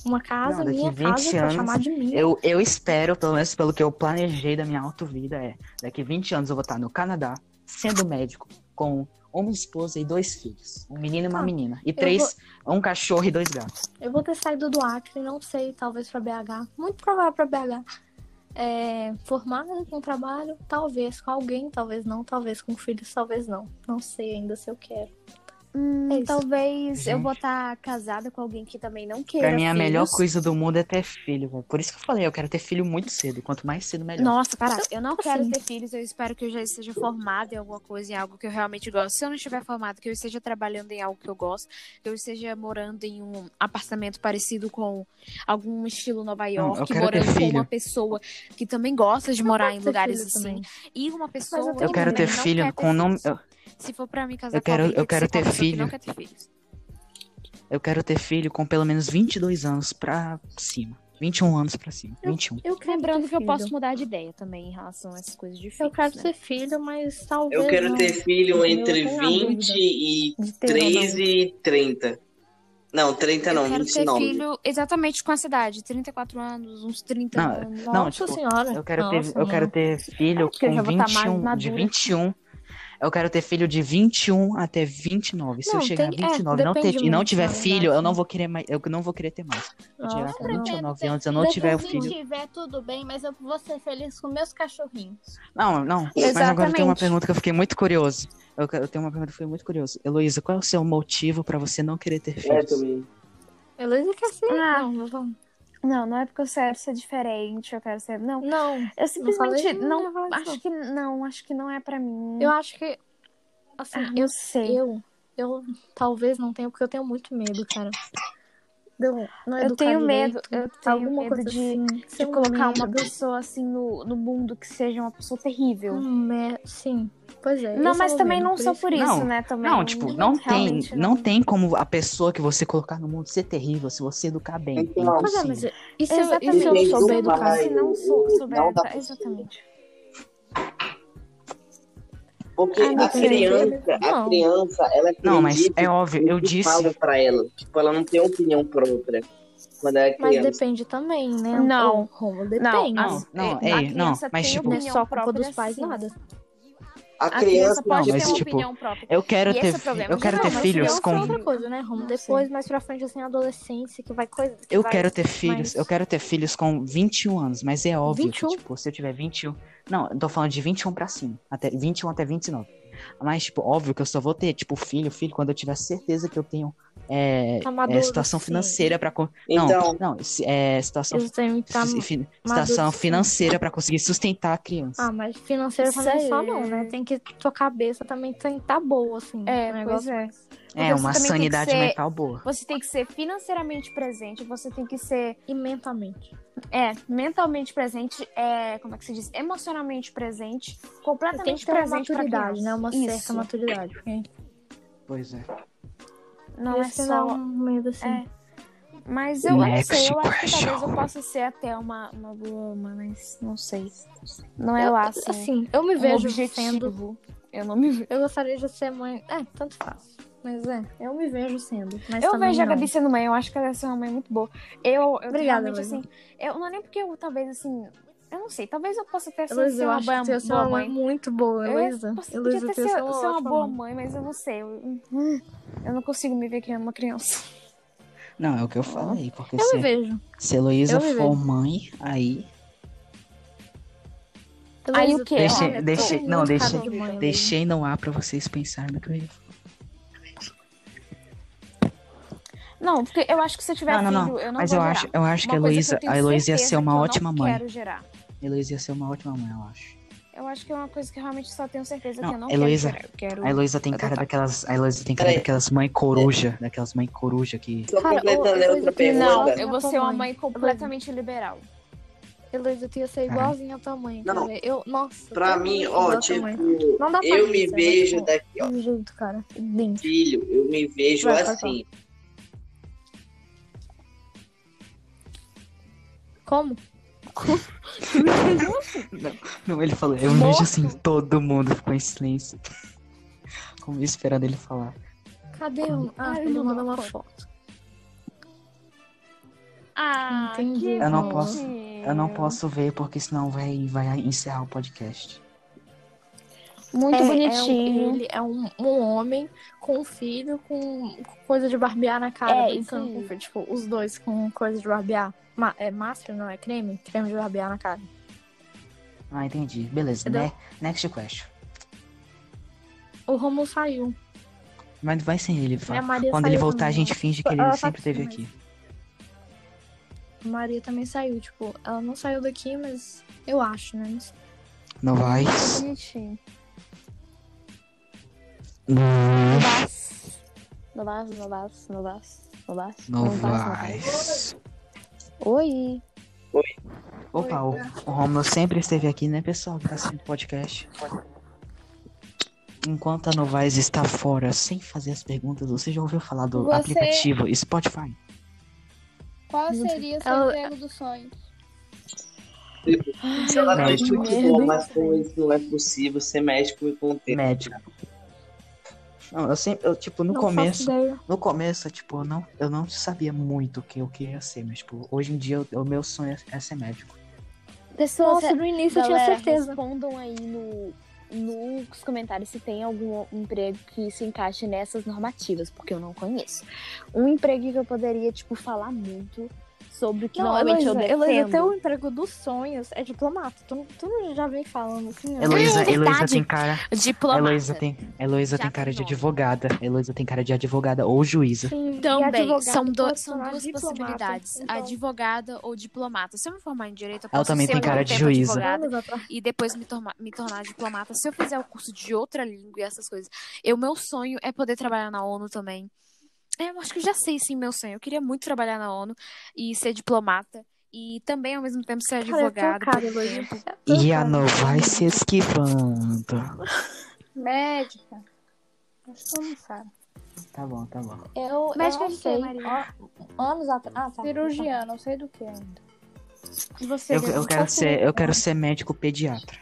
Uma casa,
Não, daqui
minha
20
casa, pra
anos,
chamar de minha.
Eu, eu espero, pelo menos pelo que eu planejei da minha auto-vida, é daqui 20 anos eu vou estar no Canadá, sendo médico, com uma esposa e dois filhos. Um menino e uma
Tá.
menina. E três, um cachorro e dois gatos.
Eu vou ter saído do Acre, não sei, talvez pra BH. Muito provável pra BH. É, formada com trabalho, talvez com alguém, talvez não, talvez com filhos, talvez não. Não sei ainda se eu quero.
Hum,
É isso.
talvez eu
Gente.
vou estar casada com alguém que também não queira.
Pra mim, a
filhos.
melhor coisa do mundo é ter filho, velho. Por isso que eu falei, eu quero ter filho muito cedo. Quanto mais cedo, melhor.
Nossa, cara, eu não quero
assim-
ter filhos. Eu espero que eu já esteja formada em alguma coisa, em algo que eu realmente gosto. Se eu não estiver formada, que eu esteja trabalhando em algo que eu gosto, que eu esteja morando em um apartamento parecido com algum estilo Nova York,
eu quero ter
morando com
filho.
uma pessoa que também gosta de morar em
Ter
lugares
filho
assim.
também.
E uma pessoa
tenho
Eu quero
que
ter
não
filho
quer
com nome.
filhos.
Eu,
Se for pra mim casar
eu quero-
com alguém,
eu
tem que
quero
ser com
ter
uma pessoa que
filho.
não quer ter filhos.
eu quero ter filho com pelo menos 22 anos pra cima. 21 anos pra cima. 21.
Eu quero
Lembrando
ter
que eu
filho.
posso mudar de ideia também em relação a essas coisas de
Eu
filhos,
quero
né?
ter filho, mas talvez.
Eu quero
não.
ter filho
Eu
entre
tenho a
20 e
De ter ou
3
não.
e 30. Não, 30 não,
eu quero ter
29.
filho exatamente com essa idade, 34 anos, uns 30
Não,
anos.
não,
Nossa
tipo,
senhora.
Eu quero,
Nossa,
ter, eu quero
não.
ter filho
porque eu já
com
vou tá mais
21. De
madura.
21. Eu quero ter filho de 21 até 29. Se eu
Não,
chegar
tem-
a
é,
29 e não ter-
depende
e não
muito,
tiver
na
filho,
verdade.
eu não vou querer mais. Eu não vou querer ter mais. Se eu chegar
Nossa,
com
não.
29
ter
anos, eu não
Daqui
tiver o
se
filho.
tiver, tudo bem, mas eu vou ser feliz com meus cachorrinhos.
Não, não. Mas agora tem uma
Exatamente.
pergunta que eu fiquei muito curioso. Eu, eu tenho uma pergunta que eu fiquei muito curioso. Heloísa, qual é o seu motivo pra você não querer ter
É,
filhos?
também.
Heloísa quer ser.
Ah.
Não, vou falar.
Não, não é porque eu quero ser diferente, eu quero ser. Não,
não,
eu
falei
simplesmente
que não ia
não.
falar isso,
acho que não, acho que não é pra mim.
eu acho que. Assim,
Ah,
eu
não sei.
Eu, eu talvez não tenha, porque eu tenho muito medo, cara. Eu, não
Eu, tenho medo,
direito,
eu tenho
alguma
medo
coisa
de,
assim,
de
ser um
colocar uma
medo.
pessoa assim no, no mundo que seja uma pessoa terrível.
Um me- Sim, pois é.
não,
esse
mas
é o
também
medo,
não só
isso-
por isso,
Não,
né? Também.
Não, tipo, não tem,
realmente
não tem como a pessoa que você colocar no mundo ser terrível se você educar bem.
Então,
É
Pois é, mas
impossível.
e se eu, e se
Exatamente.
eu
Tem
souber
uma-
educar?
Se não sou, souber
um Não dá
educar, exatamente.
Porque
Ah, não
a
sei.
criança, a
Não.
criança, ela
Não, mas
acredita
é óbvio, eu
que
disse.
falam pra ela. Tipo, ela não tem opinião própria quando ela é
Mas
criança.
depende também, né?
Não.
Ô, Rômulo, depende.
Não,
né?
as-
É,
não,
a
ei,
criança
não,
tem
mas, tipo,
Não é
opinião
só culpa
própria,
dos pais,
sim.
nada.
A
A criança
criança,
pode
mas,
ter
um-
uma
tipo,
opinião própria.
Eu quero
E
ter,
esse é o problema.
eu quero
Não,
ter
mas
filhos
é
eu
com
sou
outra coisa, né, Romulo?
Não
Depois, mais pra frente, assim, a adolescência, que vai coisa. que
Eu
vai-
quero ter filhos,
mas-
eu quero ter filhos com 21 anos, mas é óbvio
21?
que, tipo, se eu tiver 21. Não, eu tô falando de 21 pra cima, até 21 até 29. Mas, tipo, óbvio que eu só vou ter, tipo, filho, filho, quando eu tiver certeza que eu tenho é,
Tá
é,
maduro,
situação
sim.
financeira pra. con-
Então-
Não, não, se- é, situação,
Eles têm que tá
se- fi-
maduro,
situação
sim.
financeira pra conseguir sustentar a criança.
Ah, mas financeiro
Isso
também só
aí.
não, né? Tem que tua cabeça também tem que estar boa, assim.
É,
o
pois
negócio.
é.
é,
você
uma
também tem que
sanidade
ser-
mental boa.
Você tem que ser financeiramente presente, você tem que ser
E mentalmente.
é, mentalmente presente, é, como é que se diz? Emocionalmente presente,
Tem
completamente
que ter uma
presente pra
maturidade, né?
criança.
Uma certa
Isso.
maturidade. porque
Pois é.
Não é
esse
só.
um medo assim.
É. Mas eu não
Next
sei, eu acho que
question.
talvez eu possa ser até uma, uma boa ama, mas não sei. Não é
Eu,
lá,
assim,
assim,
eu me
um
vejo sendo.
objetivo. Eu não me vejo.
Eu gostaria de ser mãe. É, tanto faz. Mas é, eu me vejo sendo. Mas
Eu
também
vejo a
não.
Gabi sendo mãe, eu acho que ela deve ser uma mãe muito boa. Eu, eu tenho
Obrigada,
realmente,
Luísa.
assim, eu não é nem porque eu talvez assim, eu não sei, talvez eu possa até ser,
Heloísa,
ser
eu
uma
acho
boa,
que tu ia ser uma
boa
mãe
mãe.
muito boa,
Eu
Heloísa.
É, posso, podia
Heloísa,
até
tu
ser,
ia
ser
uma
uma
ótima
boa
mãe.
mãe, mas eu não sei. Eu, hum, eu não consigo me ver criando uma criança.
Não, é o que eu falei, porque
Eu
se,
me vejo.
se Heloísa
eu me
for mãe, aí
Aí
Heloísa,
o quê?
tu-
Deixa-
olha, tu
deixa-
é
não,
muito
deixa-
cara de mãe, Heloísa.
Deixei no ar pra vocês pensarem no que eu ia falar.
Não, porque eu acho que se eu tiver
Não, não, não.
filho, eu não
Mas
vou
eu
gerar.
acho, eu acho
Uma
que a
coisa
Heloísa,
eu tenho
a Heloísa ia
certeza
ser
que eu
uma
não
ótima mãe.
quero gerar.
A Heloísa ia ser uma ótima mãe, eu acho.
Eu acho que é uma coisa que eu realmente só tenho certeza
Não,
que eu não
Heloísa,
quero gerar. Eu quero...
A Heloísa tem
Eu tô
cara
tá.
daquelas. A Heloísa tem cara
Peraí.
daquelas mãe coruja. Daquelas mãe coruja que.
Só
Cara, ô,
completando a
coisa
outra
que-
pergunta.
Não,
Heloísa,
eu vou
eu tô
ser uma
mãe.
mãe completamente liberal.
Heloísa, tu ia
É.
ser igualzinha à tua mãe,
Não.
cara. Eu, nossa.
Pra
todo
mim,
mundo
ó,
igual à tua
tipo,
mãe. Não dá pra
eu me
dizer, mas,
vejo
tipo,
daqui, ó.
tudo junto, cara. Lindo.
Filho, eu me vejo
Vai, vai,
assim.
Como?
Não, ele falou, eu
Morto.
vejo assim, todo mundo ficou em silêncio. Como esperando ele falar.
Cadê o. Ah,
Ah, ele
ele
mandou
mandou
uma
uma foto.
Ah,
Entendi.
que
Tipo,
Eu
não posso-
bonitinho.
Eu não posso ver porque senão vai, vai encerrar o podcast.
Muito
É, É, um-
bonitinho.
ele é um, um homem com um filho com com coisa de barbear na cara,
É,
brincando
isso
com
aí.
o filho. Tipo, os dois com coisa de barbear. Ma é máscara, não é creme? Creme de barbear na cara.
Ah, entendi. Beleza,
Entendeu?
né? Next question.
O Romulo saiu.
Mas vai sem ele,
E a
fala.
Maria
Ah, Quando
saiu
ele voltar, a
também.
gente finge que ele
Ela tá
sempre
aqui,
esteve
mas-
aqui.
A Maria também saiu. Tipo, ela não saiu daqui, mas eu acho, né? Não sei.
Não vai.
Bonitinho. Um No vaso, no vaso, no vaso, no vaso.
Não
no vaso, no
vai.
vaso. Oi.
Opa, o, o Romulo sempre esteve aqui, né, pessoal, que tá assistindo o podcast. Enquanto a Novaes está fora sem fazer as perguntas, você já ouviu falar do
Você-
aplicativo Spotify?
Qual seria o seu
Ela-
emprego dos sonhos?
Se ela
Não,
tem
tipo,
informação, isso não é possível ser médico e contente.
Médico. Não, eu sempre, eu, tipo, no
não
começo,
faço ideia.
no começo, tipo, eu não, eu não sabia muito o que eu queria ser, mas, tipo, hoje em dia, eu- o meu sonho é, é ser médico.
Pessoas,
Nossa, no início eu tinha
galera,
certeza.
respondam aí no, nos comentários se tem algum um emprego que se encaixe nessas normativas, porque eu não conheço. Um emprego que eu poderia, tipo, falar muito sobre o que normalmente eu
Heloísa, Heloísa,
defendo.
teu emprego dos sonhos é diplomata. Tu, tu não já vem falando assim, ó.
Heloísa,
verdade.
Heloísa tem cara,
Diplomata.
Heloísa tem, Heloísa
Já
tem cara de
tem nome.
advogada, Heloísa tem cara de advogada ou juíza.
Sim, e
Também,
advogado
Então, são, do-
pode
são
tornar
duas
diplomata,
possibilidades,
então-
advogada ou diplomata. Se eu me formar em direito, eu
Ela
posso
também
ser
tem
por um
cara de
tempo
juíza.
advogada
Anos atrás.
e depois me, torma- me tornar diplomata. Se eu fizer o curso de outra língua e essas coisas, eu meu sonho é poder trabalhar na ONU também. É, Eu acho que eu já sei sim meu sonho. Eu queria muito trabalhar na ONU e ser diplomata e também ao mesmo tempo ser
Cara, é tua
advogada.
cara,
por um
Heloísa.
tempo.
É tua
E a
cara.
Novaes se esquivando.
Médica. Acho que eu não sabe.
Tá bom, tá bom.
Eu,
Médica
eu não
de quê,
sei.
Maria?
Ó, Anos atrás. Ah, tá.
Cirurgiã, não sei do que ainda.
E Você, tá
Eu,
Gabi?
eu quero ser, eu quero ser médico pediatra.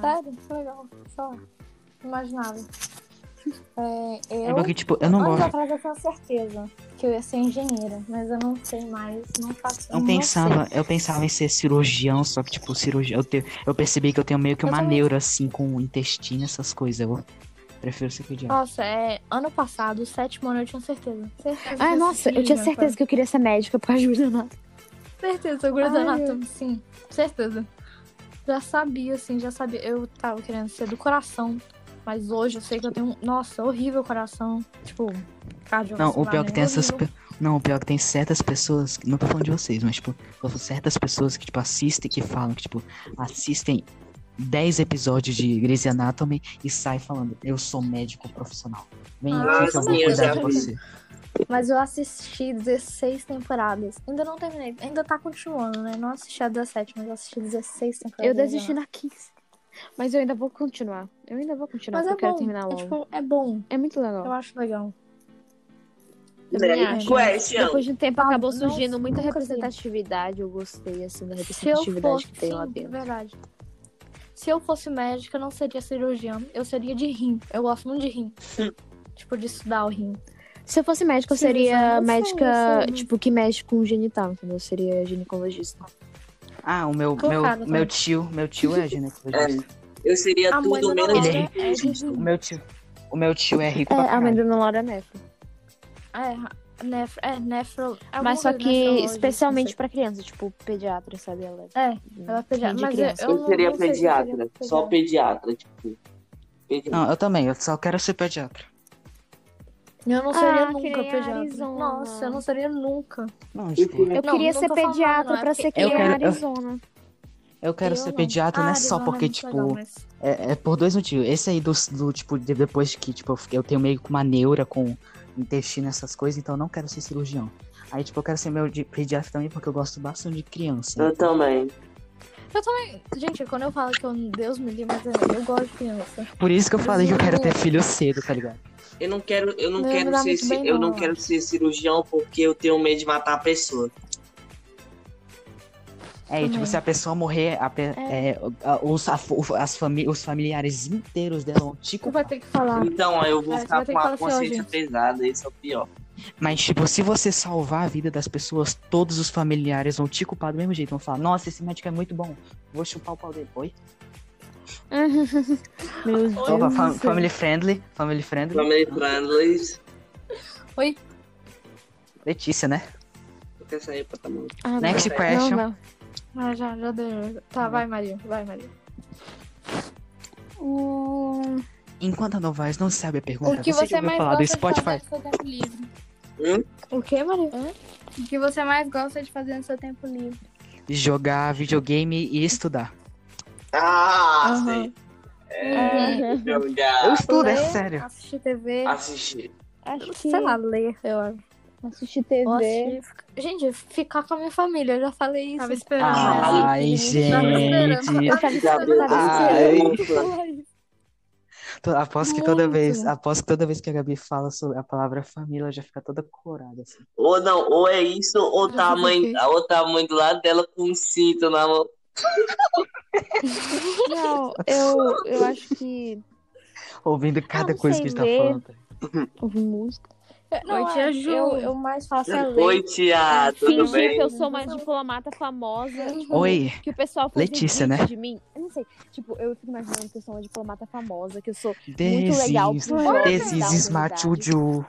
Sério? Que legal. Só. Imaginava. É,
É
eu,
porque, tipo, eu não
anos
gosto.
atrás eu tinha certeza que eu ia ser engenheira, mas eu não sei mais, não faço
Eu
não
pensava,
sei.
eu pensava em ser cirurgião, só que, tipo, cirurgião. Eu, te- eu percebi que eu tenho meio que
Eu
uma
também.
neura, assim, com o intestino, essas coisas. Eu prefiro ser pediatra.
Nossa, é, ano passado, o sétimo ano, eu tinha certeza. certeza que né,
Ai,
ia
nossa,
ser
eu tinha
engenheira,
certeza que eu queria ser médica por ajuda não.
Certeza, eu grudei
Ai,
na sim. Certeza. Já sabia, assim, já sabia. Eu tava querendo ser do coração, mas hoje eu sei que eu tenho. um- Nossa, horrível coração. Tipo,
Não,
cardiovascular.
o pior é
né?
que tem essas.
Horrível.
pe- Não, o pior é que tem certas pessoas. que- Não tô falando de vocês, mas, tipo, tô falando certas pessoas que, tipo, assistem, que falam, que, tipo, assistem 10 episódios de Grey's Anatomy e sai falando, eu sou médico profissional. Vem
Ah,
aqui que eu
sim,
vou
eu
cuidar
já
de
vi.
você.
Mas eu assisti 16 temporadas. Ainda não terminei. Ainda tá continuando, né? Não assisti a 17, mas eu assisti 16 temporadas.
Eu desisti na 15. Mas eu ainda vou continuar. Eu ainda vou continuar,
Mas
porque
é
eu quero
bom.
terminar
É,
logo. É,
tipo, é bom.
muito
Eu
legal.
acho legal.
também
Next
acho.
question.
Depois de um tempo
Ah,
acabou
nossa,
surgindo muita
nunca vi.
representatividade. Eu gostei, assim, da
Se eu
representatividade
fosse,
que tem lá
sim,
dentro.
verdade. Se eu fosse médica, eu não seria cirurgião, eu seria de rim. Eu gosto muito de rim.
Hum.
tipo, de estudar o rim.
Se eu fosse médica, eu
Sim,
seria
eu não né? sei, eu
médica,
sei, não.
tipo, que mexe com genital, entendeu? Eu seria ginecologista.
Ah, o meu,
Tô
meu,
cara,
meu
tá.
tio, meu tio é ginecologista.
Eu seria
A mãe
tudo
da Ana
menos.
Laura
Ele-
é de
O
rim.
meu tio, o meu tio é rico
É,
pra
a mãe
caralho.
da Ana Laura é nefro.
É, nef é nefro... alguma
Mas só
coisa
que
nefrologista,
especialmente pra criança, tipo, pediatra, sabe? Ela
não sei. É, ela é pediatra.
Sim, de
Mas
criança.
eu,
Eu
não-
seria
não sei se eu seria
pediatra. Só pediatra, tipo. Pediatra.
Não, eu também, eu só quero ser pediatra.
Eu não seria
Ah, que
nunca
nem a
pediatra.
Arizona.
Nossa, eu não seria nunca.
Não, tipo,
Eu
Não,
queria
é
não
ser
tô falando,
pediatra
não, é
pra
porque
ser que
eu
nem a
quero- eu-
Arizona.
Eu quero
Eu
ser
não.
pediatra, não é
Ah,
só
Arizona
porque,
muito
tipo,
legal, mas-
É, é por dois motivos. Esse aí do, do tipo, de- depois que, tipo, eu fiquei- eu tenho meio que uma neura com intestino e essas coisas, então eu não quero ser cirurgião. Aí, tipo, eu quero ser meu de- pediatra também, porque eu gosto bastante de criança.
Eu também.
Eu também. Gente, quando eu falo que eu, Deus me livre, mas é, eu gosto de criança.
Por isso que eu falei que eu quero
Brasil.
ter filho cedo, tá ligado?
Eu não quero, eu não
Não,
quero
não dá
ser,
muito
ci-
bem,
eu
não.
não quero ser cirurgião porque eu tenho medo de matar a pessoa.
É, e, tipo,
Também.
se a pessoa morrer, a pe- é, a- os, a- o- as fami- os familiares inteiros dela vão te
Tu
culpar.
vai ter que falar.
Então aí eu vou
Mas
ficar
Ah, vai ter
com a
que falar assim, ó,
consciência
gente.
pesada, isso é o pior.
Mas, tipo, se você salvar a vida das pessoas, todos os familiares vão te culpar do mesmo jeito. Vão falar, nossa, esse médico é muito bom. Vou chupar o pau dele. Oi?
Meu Deus.
Opa,
do
fam-
céu.
family friendly. Family friendly.
Family friendly,
Letícia, né?
eu quero sair pra tomar.
Ah, não.
Next
Não,
question.
Não, não. Ah, já, já deu. Tá, vai, Maria. Vai, Maria.
O,
Enquanto a Novaes não sabe a pergunta,
o que
você,
você,
já ouviu
mais
falar do
gosta de fazer
Spotify?
no seu tempo livre?
O que, Maria?
O que você mais gosta de fazer no seu tempo livre?
Jogar videogame e estudar.
Ah,
Aham.
sei. É, jogar,
Eu estudo, é
Ler,
sério.
Assistir TV.
Ah, assistir.
Acho
é
que
Sei lá, ler, eu acho.
assistir
Ou
TV.
assistir- Gente, ficar com a minha família, eu já falei isso.
Tava esperando.
Ai,
Ah,
Tava esperando,
gente.
tava
Já
esperando.
deu-
Ai.
Ufa.
To- Aposto que toda
Muito.
vez, aposto que toda vez que a Gabi fala sobre a palavra família, ela já fica toda corada. assim.
Ou não, ou é isso, ou
Já
tá a mãe,
fiquei.
ou tá a mãe do lado dela com um cinto na mão.
Não, eu, eu acho que.
Ouvindo cada
não
coisa que
sei
a gente tá
ler.
falando.
Ouvir música.
Oi,
Não,
tia
é,
Ju.
eu, eu mais faço é ler.
Oi, tia, tudo
Fingir
bem?
que eu sou uma diplomata famosa. tipo,
Oi,
Que o pessoal faz
Letícia,
vídeo
né?
de mim. Eu não sei. Tipo, eu fico imaginando que eu sou uma diplomata famosa, que eu sou muito
this
legal.
is,
pro
é.
jovem
this
da
is
humanidade.
Smatuju.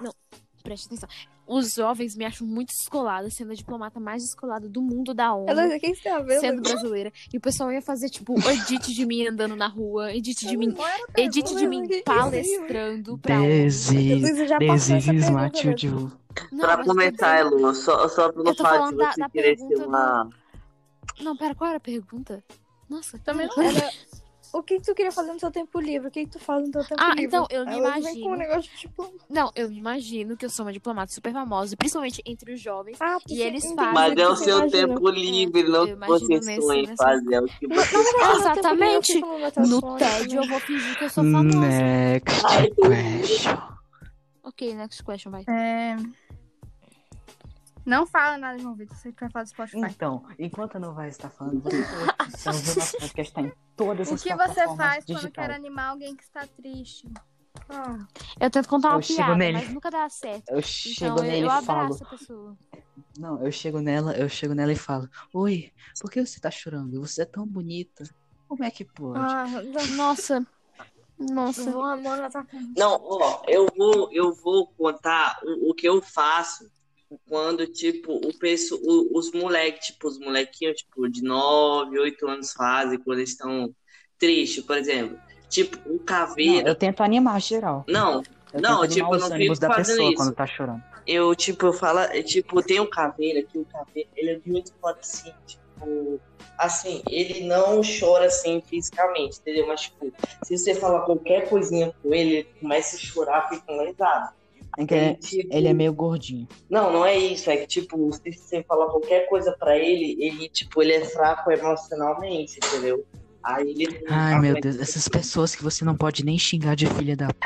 Preste atenção. Os jovens me acham muito descolada, sendo a diplomata mais descolada do mundo da ONU.
Ela, quem está
Sendo
tá vendo?
brasileira. E o pessoal ia fazer, tipo, edit de mim andando na rua, edit de mim, edit de mim
que isso?
palestrando pra
This is,
Luísa já
this
passou
is
essa pergunta, né?
Smatuju.
ONU. Não,
Pra
mas eu tô
começar,
dizendo-
Eluna, só, só pra não
Eu tô
falar que
falando da-
você
da
queria
pergunta
ser
do-
uma.
Não, pera, qual era a pergunta? Nossa,
Também não
O que que tu queria fazer no seu tempo livre? O que que tu faz no teu tempo
Ah,
livre?
então, eu me
Ela vem
imagino.
com um negócio tipo...
Não, eu imagino que eu sou uma diplomata super famosa, principalmente entre os jovens.
Ah, tu
E
se-
eles
entendi
fazem
o
Mas
que
é o
você
seu
imagina.
tempo livre, não o que
É, eu imagino
vocês
nesse-
sonham
nesse-
fazer. É o que
Não,
vocês
não, não, não,
Exatamente.
eu fico meu telefone,
No tédio, eu vou fingir que eu
Né.
sou famosa.
Next
Ai, eu-
question.
Ok, next question, vai.
É... Não fala nada, João Vitor. Você quer falar do Spotify.
Então, enquanto a Novaes tá falando, você
né?
ouviu nosso podcast tá em todas
O
as
que você
plataformas
faz quando
digitais.
quer animar alguém que está triste?
Eu tento contar uma
Eu chego
piada,
nele.
mas nunca dá certo.
Eu chego
Então,
nele
eu, eu
e falo.
abraço a pessoa.
Não, eu chego nela, eu chego nela e falo: Oi, por que você tá chorando? Você é tão bonita. Como é que pode?
Ah,
Nossa. Nossa.
vou amor, ela tá com...
Não, ó, eu vou, eu vou contar o, o que eu faço quando, tipo, o peço, o- os moleques, tipo, os molequinhos, tipo, de 9, 8 anos fazem quando eles estão tristes, por exemplo. Tipo, o
Não,
caveiro.
eu tento animar geral.
Não,
Eu
Não,
tento
tipo,
animar
eu
os
não
ânimos
fico
da
fazendo
pessoa
isso.
quando tá chorando.
eu, tipo, eu falo, eu, tipo, tem um caveiro aqui, o caveiro, ele é muito forte, assim, tipo, assim, ele não chora, assim, fisicamente, entendeu? Mas, tipo, se você falar qualquer coisinha com ele, ele começa a chorar, fica lesado.
É que ele-
tipo,
Ele é meio gordinho.
Não, não é isso, é que, tipo, se você falar qualquer coisa pra ele, ele, tipo, ele é fraco emocionalmente, entendeu? Aí ele...
Ai, meu Deus, essas pessoas que você não pode nem xingar de filha da. p.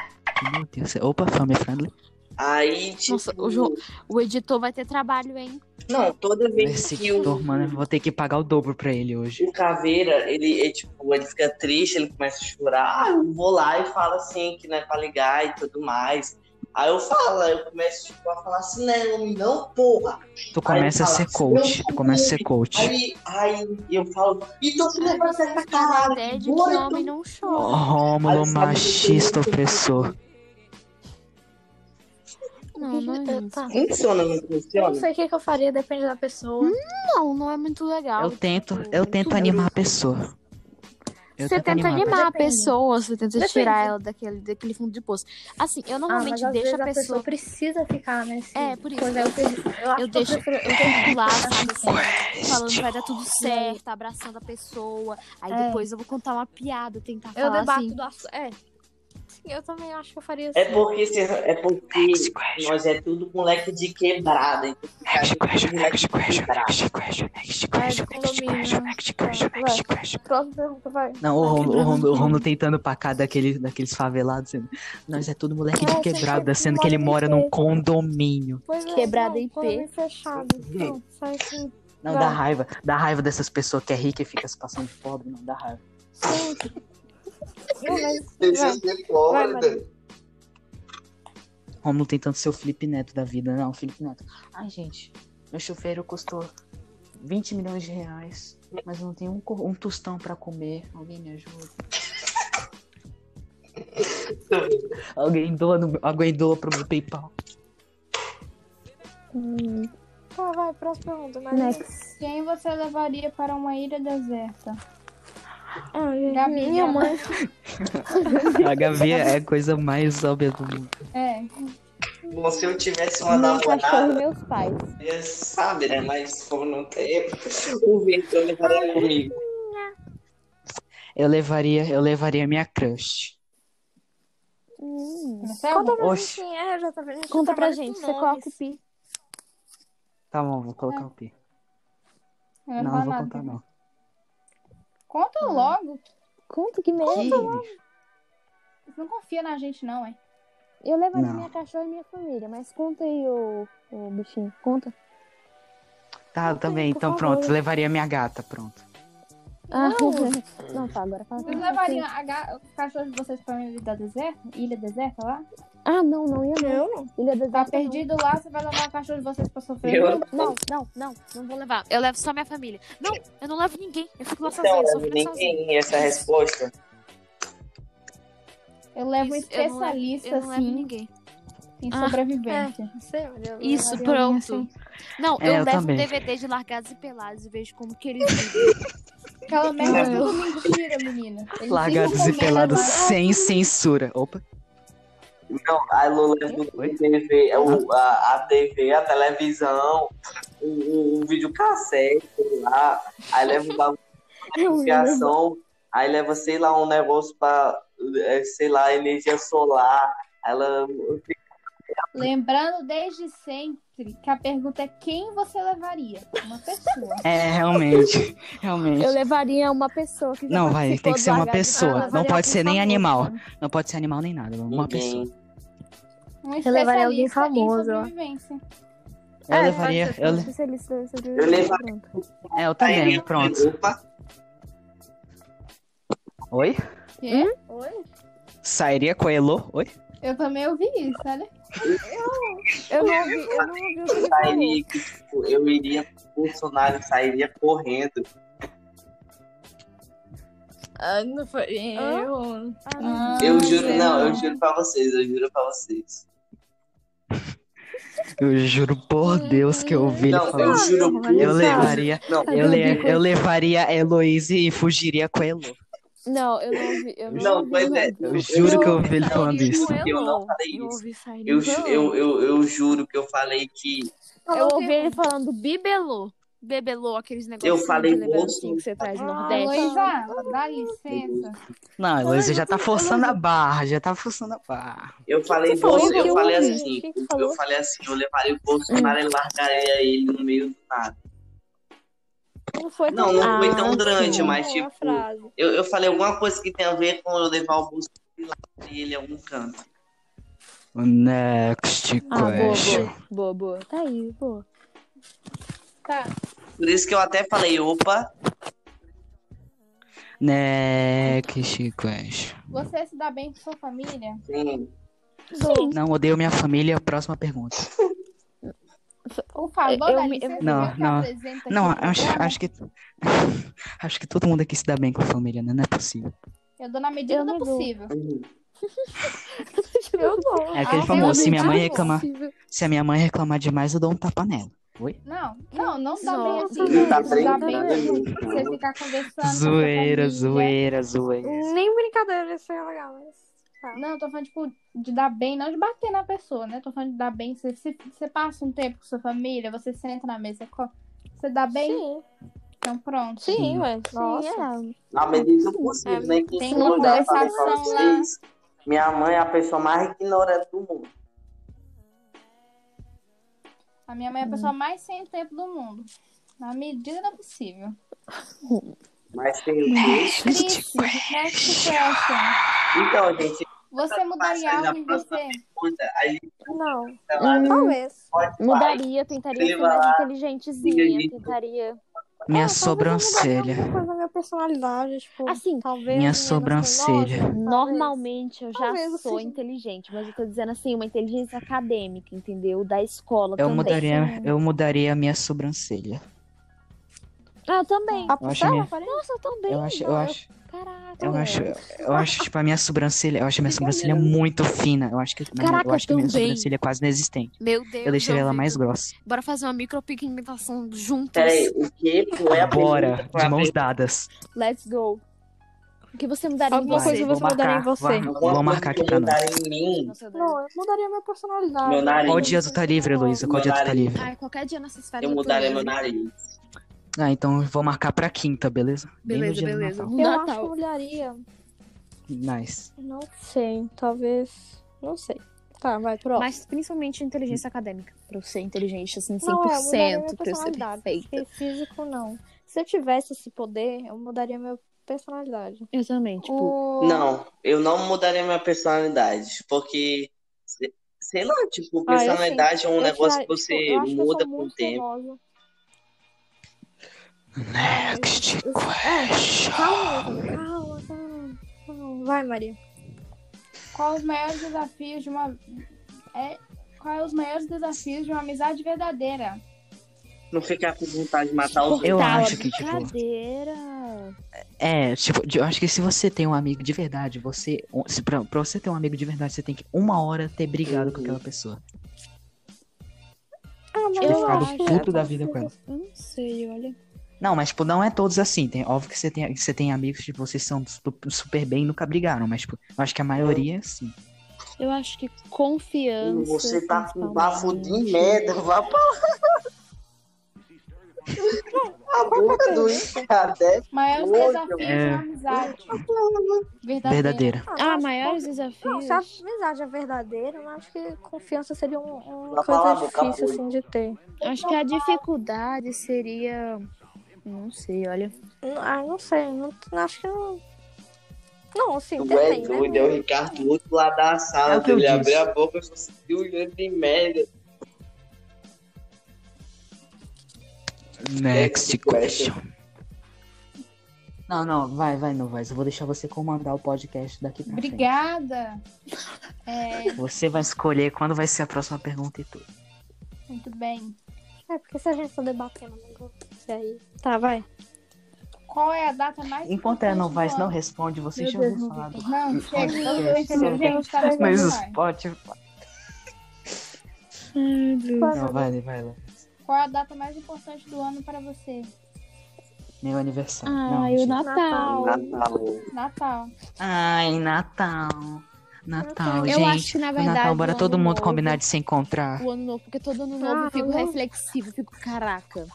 Meu Deus. é, Opa, family friendly.
Aí, tipo...
Nossa, o João- O editor vai ter trabalho, hein?
Não, toda vez
Esse
que o...
editor, mano, eu vou ter que pagar o dobro pra ele hoje.
O um caveira, ele, é, tipo, ele fica triste, ele começa a chorar. Ah, eu vou lá e falo assim, que não é pra ligar e tudo mais. Aí eu falo, aí eu começo tipo, a falar assim, não, não, porra.
Tu começa a
fala,
ser coach. Tu começa a ser coach.
Aí, aí eu falo, então que
Ai,
negócio é
você
essa
vai dar a
caralho?
ideia de que
Doido.
homem não chora.
Rômulo
Aí, sabe,
machista
eu tenho-
opressor.
Não, não é isso.
tá.
Funciona, não
Eu não
funciona?
sei o que, que eu faria, depende da pessoa.
Não, não é muito legal.
Eu tento,
tipo,
eu tento
tudo.
animar a pessoa.
Eu
Você
tô
tenta
animado.
animar a
Depende.
pessoa, você tenta
Depende.
tirar ela daquele, daquele fundo de poço. Assim, eu
Ah, mas
normalmente
às
deixo
vezes
a pessoa.
precisa ficar, né? se-
É, por isso.
Pois é, eu, prefiro- eu acho
Eu
que
deixo-
eu prefiro, eu prefiro
lá,
ficar
sabe,
assim.
assim, falando que vai dar tudo certo, abraçando a pessoa. Aí
É.
depois eu vou contar uma piada, tentar
Eu
falar
debato
assim.
do assunto. É. Eu também acho que eu faria assim.
É porque, se- é porque nós é tudo moleque de quebrada. Então, cara, tudo moleque de quebrada.
é Próxima pergunta, vai.
Não, o Romulo, o Romulo, o Romulo tentando pacar daquele, daqueles favelados. Sendo... Nós é todo moleque de
É,
quebrada,
sempre
sendo que ele
mora
mora
em
num condomínio.
Pois é,
Quebrada
não,
IP.
condomínio fechado. Não, sai assim.
Não,
Vai.
dá raiva. Dá raiva dessas pessoas que é rica e fica se passando de pobre. Não, dá raiva.
Não, mas-
Deixa
vai.
ser
Vai,
pobre.
Maria.
Romulo tentando ser o Felipe Neto da vida. Não, Felipe Neto. Ai, gente, meu chuveiro custou 20 milhões de reais, mas eu não tenho um, co- um tostão pra comer. Alguém me ajuda. Alguém doa, no, alguém doa pro meu PayPal.
Tá, vai, próxima pergunta. Mas...
Next.
Quem você levaria para uma ilha deserta? Gabi,
Gabi, minha
né?
mãe.
A Gabi é a coisa mais óbvia do mundo.
É,
Bom, se eu tivesse uma
Meu cachorro e
tá
namorada,
meus pais.
né?
eu ia saber, né? Mas como não tem, o vento eu levaria comigo.
Eu levaria, eu levaria minha crush.
você é
Conta pra
Oxe.
gente quem é, já tá vendo.
Conta pra gente, você coloca o pi.
Tá bom, vou colocar o pi.
Não, não
Não, não
vou
vou
nada.
contar não.
Conta logo.
Conta que merda.
Ih,
Você não confia na gente, não, hein?
Eu levaria
Não.
minha cachorra e minha família, mas conta aí, ô, ô bichinho. Conta.
Tá, também.
por
Então
favor.
pronto, levaria minha gata, pronto.
Ah, não, tá, agora fala.
Vocês levariam a ga- o cachorro de vocês para uma ilha deserta? Ilha deserta lá?
Ah, não, não ia não. Ilha deserta,
Tá
não.
perdido lá, você vai levar o cachorro de vocês pra sofrer.
Eu-
Não, não, não, não vou levar. Eu levo só minha família. Não, eu não levo ninguém. Eu fico lá sozinha,
Então,
assim, eu sou
eu
filha
nem
sozinha.
tem essa resposta.
Eu levo um
Isso,
é-
eu não levo-
especialista,
Eu não levo
assim,
ninguém.
em
Ah,
é.
sobrevivência.
né?
Isso,
levaria alguém
pronto.
assim.
Não,
É,
eu,
eu
levo
também.
um DVD de Largados e Pelados e vejo como que eles vivem.
Aquela merda é
Não.
tudo mentira, menina. Eles
Largados
ficam
e
com
pelados
medo,
sem censura. Opa.
Não, a Lula é leva
Oi?
o TV, é o- a, a TV, a televisão, o, o, o videocassete lá, aí leva o bagulho de fiação, aí leva, sei lá, um negócio pra, eh, sei lá, energia solar, ela
Lembrando desde sempre que a pergunta é quem você levaria? Uma pessoa.
É, realmente. Realmente.
Eu levaria uma pessoa que já
Não, vai, tem
participou
que
do
ser uma
Largados e
pessoa,
Ah,
Pelados.
não pode ser nem
Alguém
animal.
famoso.
Não pode ser animal nem nada. Uma pessoa.
ninguém. tá
Um
Eu levaria alguém
especialista em
famoso.
sobrevivência.
Eu
É,
levaria.
pode ser
Eu, le-
especialista em sobrevivência,
Eu levaria-
pronto.
é, eu também, pronto.
Opa,
Oi?
Quê?
Sairia com a Elo? Oi?
Eu também ouvi isso, olha.
Eu não ouvi, eu não ouvi o que ele falou.
sairia, que, tipo, eu iria, Bolsonaro sairia correndo.
Ah, não foi eu.
Ah, não.
Eu juro,
é.
não, eu juro pra vocês, eu juro pra vocês.
Eu juro por Deus que eu ouvi ele
Não, eu
falar.
juro por
Eu levaria.
Não,
Eu, le- eu levaria a Heloise e fugiria com a Elo.
Não, eu não ouvi. Eu não,
Não,
ouvi,
pois é.
Eu juro que eu ouvi ele
não,
falando
eu
isso.
juro que Eu não falei
Eu
isso.
ouvi sair
Eu,
ninguém.
ju- eu, eu, eu juro que eu falei que
Eu ouvi ele falando bibelô. Bebelô, aqueles negócios
falei
de bebelô
moço.
assim
que você traz no
Ah,
Nordeste.
Luísa, dá licença.
Não, a Heloise já tá forçando a barra, já tá forçando a barra.
eu falei
Você falou
bolso,
que
eu
eu
falei
ouvi.
assim,
Quem que
eu
falou?
falei assim, eu levaria o Bolsonaro e largaria ele no meio do nada.
não foi
Não, não foi tão
Ah,
grande,
sim.
mas
Não, a
tipo,
frase.
eu, eu falei alguma coisa que tem a ver com eu levar o Bolsonaro e largar ele em algum canto.
O Next
Ah, boa,
question.
boa, boa, boa. Tá aí, boa.
Por isso que eu até falei, opa,
Next question.
Você se dá bem com sua família?
hum,
Não odeio minha família. Próxima pergunta.
Por favor,
Eu-
dá
eu-
licença.
Não,
eu que
não.
apresento
Não,
aqui tá? o
acho,
programa.
acho que. Acho que todo mundo aqui se dá bem com a família, né? Não é possível.
Eu dou na medida
Eu
do
não dou.
possível.
hum.
Eu vou.
É aquele
Ah,
famoso: se minha mãe
realmente,
reclamar. Se a minha mãe reclamar demais, eu dou um tapa nela. Oi?
Não, não, Não, não dá bem
Só.
assim.
Não dá bem
dá
nada
bem assim.
mesmo,
você
não.
ficar conversando.
Zoeira,
com a família.
zoeira, zoeira.
Nem brincadeira, isso é legal. Mas...
Não, eu tô falando, tipo, de dar bem, não de bater na pessoa, né? Tô falando de dar bem. Você, você, você passa um tempo com sua família, você senta na mesa, co- você dá bem,
Sim,
então pronto.
sim, ué.
Nossa.
Sim,
Na medida do possível, né? Que
tem
isso não dá pra falar pra
conversação lá.
vocês. Minha mãe é a pessoa mais ignorante do mundo.
A minha mãe é a pessoa mais sem tempo do mundo. Na medida do possível.
Mas tem o quê?
Triste. Next question.
Então, gente,
Você mudaria algo em você?
muda. A gente
é. Não,
tá lá no
talvez.
Spotify.
Mudaria, tentaria ser
Escreva
mais
lá,
inteligentezinha,
diga-lhe.
tentaria.
Minha
É,
sobrancelha.
Talvez eu mudaria alguma coisa na minha personalidade, tipo,
Assim,
talvez.
Minha
eu sei,
sobrancelha.
nossa, talvez.
normalmente eu já
Talvez eu
sou
seja-
inteligente, mas eu tô dizendo assim, uma inteligência acadêmica, entendeu? Da escola
Eu
também.
mudaria, né? eu mudaria a minha sobrancelha.
Ah, eu também.
A
Eu acho
puta,
minha-
Nossa, eu também.
Eu acho, eu
Não,
acho,
Caraca.
eu acho, eu acho tipo a minha sobrancelha, eu acho a minha sobrancelha muito fina. Eu acho que
Caraca,
eu acho que a minha
também.
sobrancelha é quase inexistente.
Meu Deus.
Eu deixaria ela
ouvido.
mais grossa.
Bora fazer uma micropigmentação juntos.
Peraí, o quê? Qual é a
Bora,
pergunta? Qual é
de
a
mãos
pergunta?
dadas.
Let's go. O que você mudaria em
Alguma
você?
coisa você mudaria em você.
Vou,
Alguma
vou marcar
coisa
aqui pra
que mudaram
nós.
em mim,
Nossa, Deus.
Não, eu mudaria minha personalidade.
Meu nariz.
Qual dia tu tá livre, Luísa? Qual dia tu tá livre?
Ai, qualquer dia nessas férias.
eu
tô
mudaria meu
livre.
nariz.
Ah, então eu vou marcar pra quinta, beleza? Bem no
Beleza,
dia do
beleza.
Natal.
Eu acho que eu
Natal.
mudaria.
Nice.
Não sei, talvez. Não sei. Tá, vai, próximo.
Mas principalmente inteligência acadêmica. Pra eu ser inteligente, assim, 100%.
Não, eu mudaria minha
pra eu ser
personalidade.
perfeita.
Porque físico, não. Se eu tivesse esse poder, eu mudaria minha personalidade.
Eu também, tipo...
O...
Não, eu não mudaria minha personalidade, porque, se- sei lá, tipo,
Ah, eu sei.
personalidade é um
eu
negócio
tirar-
que você
tipo, eu acho que eu
muda
sou
com o
muito
tempo.
teimosa.
É
Next question.
Calma, calma, calma, calma. Vai, Maria.
Qual os maiores desafios de uma. É... Qual é os maiores desafios de uma amizade verdadeira?
Não ficar com vontade de matar os
Eu
outros.
tá,
acho que, tipo,
brincadeira.
É, tipo, de- eu acho que se você tem um amigo de verdade, você. um- Se pra, pra você ter um amigo de verdade, você tem que uma hora ter brigado com aquela pessoa.
Ah, mas
Ter
Eu
ficado
acho-
puto da vida com ela.
Não sei, olha.
Não, mas, tipo, não é todos assim. Tem, óbvio que você tem, que você tem amigos que vocês são su- super bem e nunca brigaram, mas, tipo, eu acho que a maioria é assim.
Eu acho que confiança.
Você tá com um bafo de
principalmente.
merda, vá pra lá. A boca do é Icadé.
Maiores
Oi,
desafios de
é.
uma amizade verdadeira.
Verdadeira.
Ah,
é
maiores desafios.
Se a amizade é verdadeira, eu acho que confiança seria um- uma
Vai
coisa
falar, boca
difícil
boa.
assim, de ter.
Acho que a dificuldade seria. Não sei, olha.
Não- Ah, não sei. Não, acho que não. Não, assim,
Tu é
depende,
doido,
né?
é o Ricardo do outro lado da
É
sala.
o que eu
Ele abriu
disse.
a boca, eu só senti o olho né, de merda.
Next
Next question.
question. Não, não, vai, vai, não vai. Eu vou deixar você comandar o podcast daqui pra frente.
Obrigada. É,
Você vai escolher quando vai ser a próxima pergunta e tudo.
muito bem.
É, porque se a gente for debatendo, né, não e aí. Tá, vai.
Qual é a data mais
Enquanto ela não vai,
importante do
não
ano?
responde, você
Meu
já
Deus,
ouviu
meu
falar do
Não, chega. Eu tô
Podcast,
entendendo,
não.
gente, tá na
Mas o
Spotify.
Spotify. Não, vai, vai lá.
Qual é a data mais importante do ano para você?
Meu aniversário.
Ah,
Não,
e o
gente.
Natal.
Natal.
Natal.
Ai, Natal. Natal,
Eu
gente.
acho que, na
o
verdade.
Natal, bora
um
o
todo
ano
mundo
novo-
combinar de se encontrar.
O ano novo, porque todo ano novo eu fico reflexivo, fico, caraca.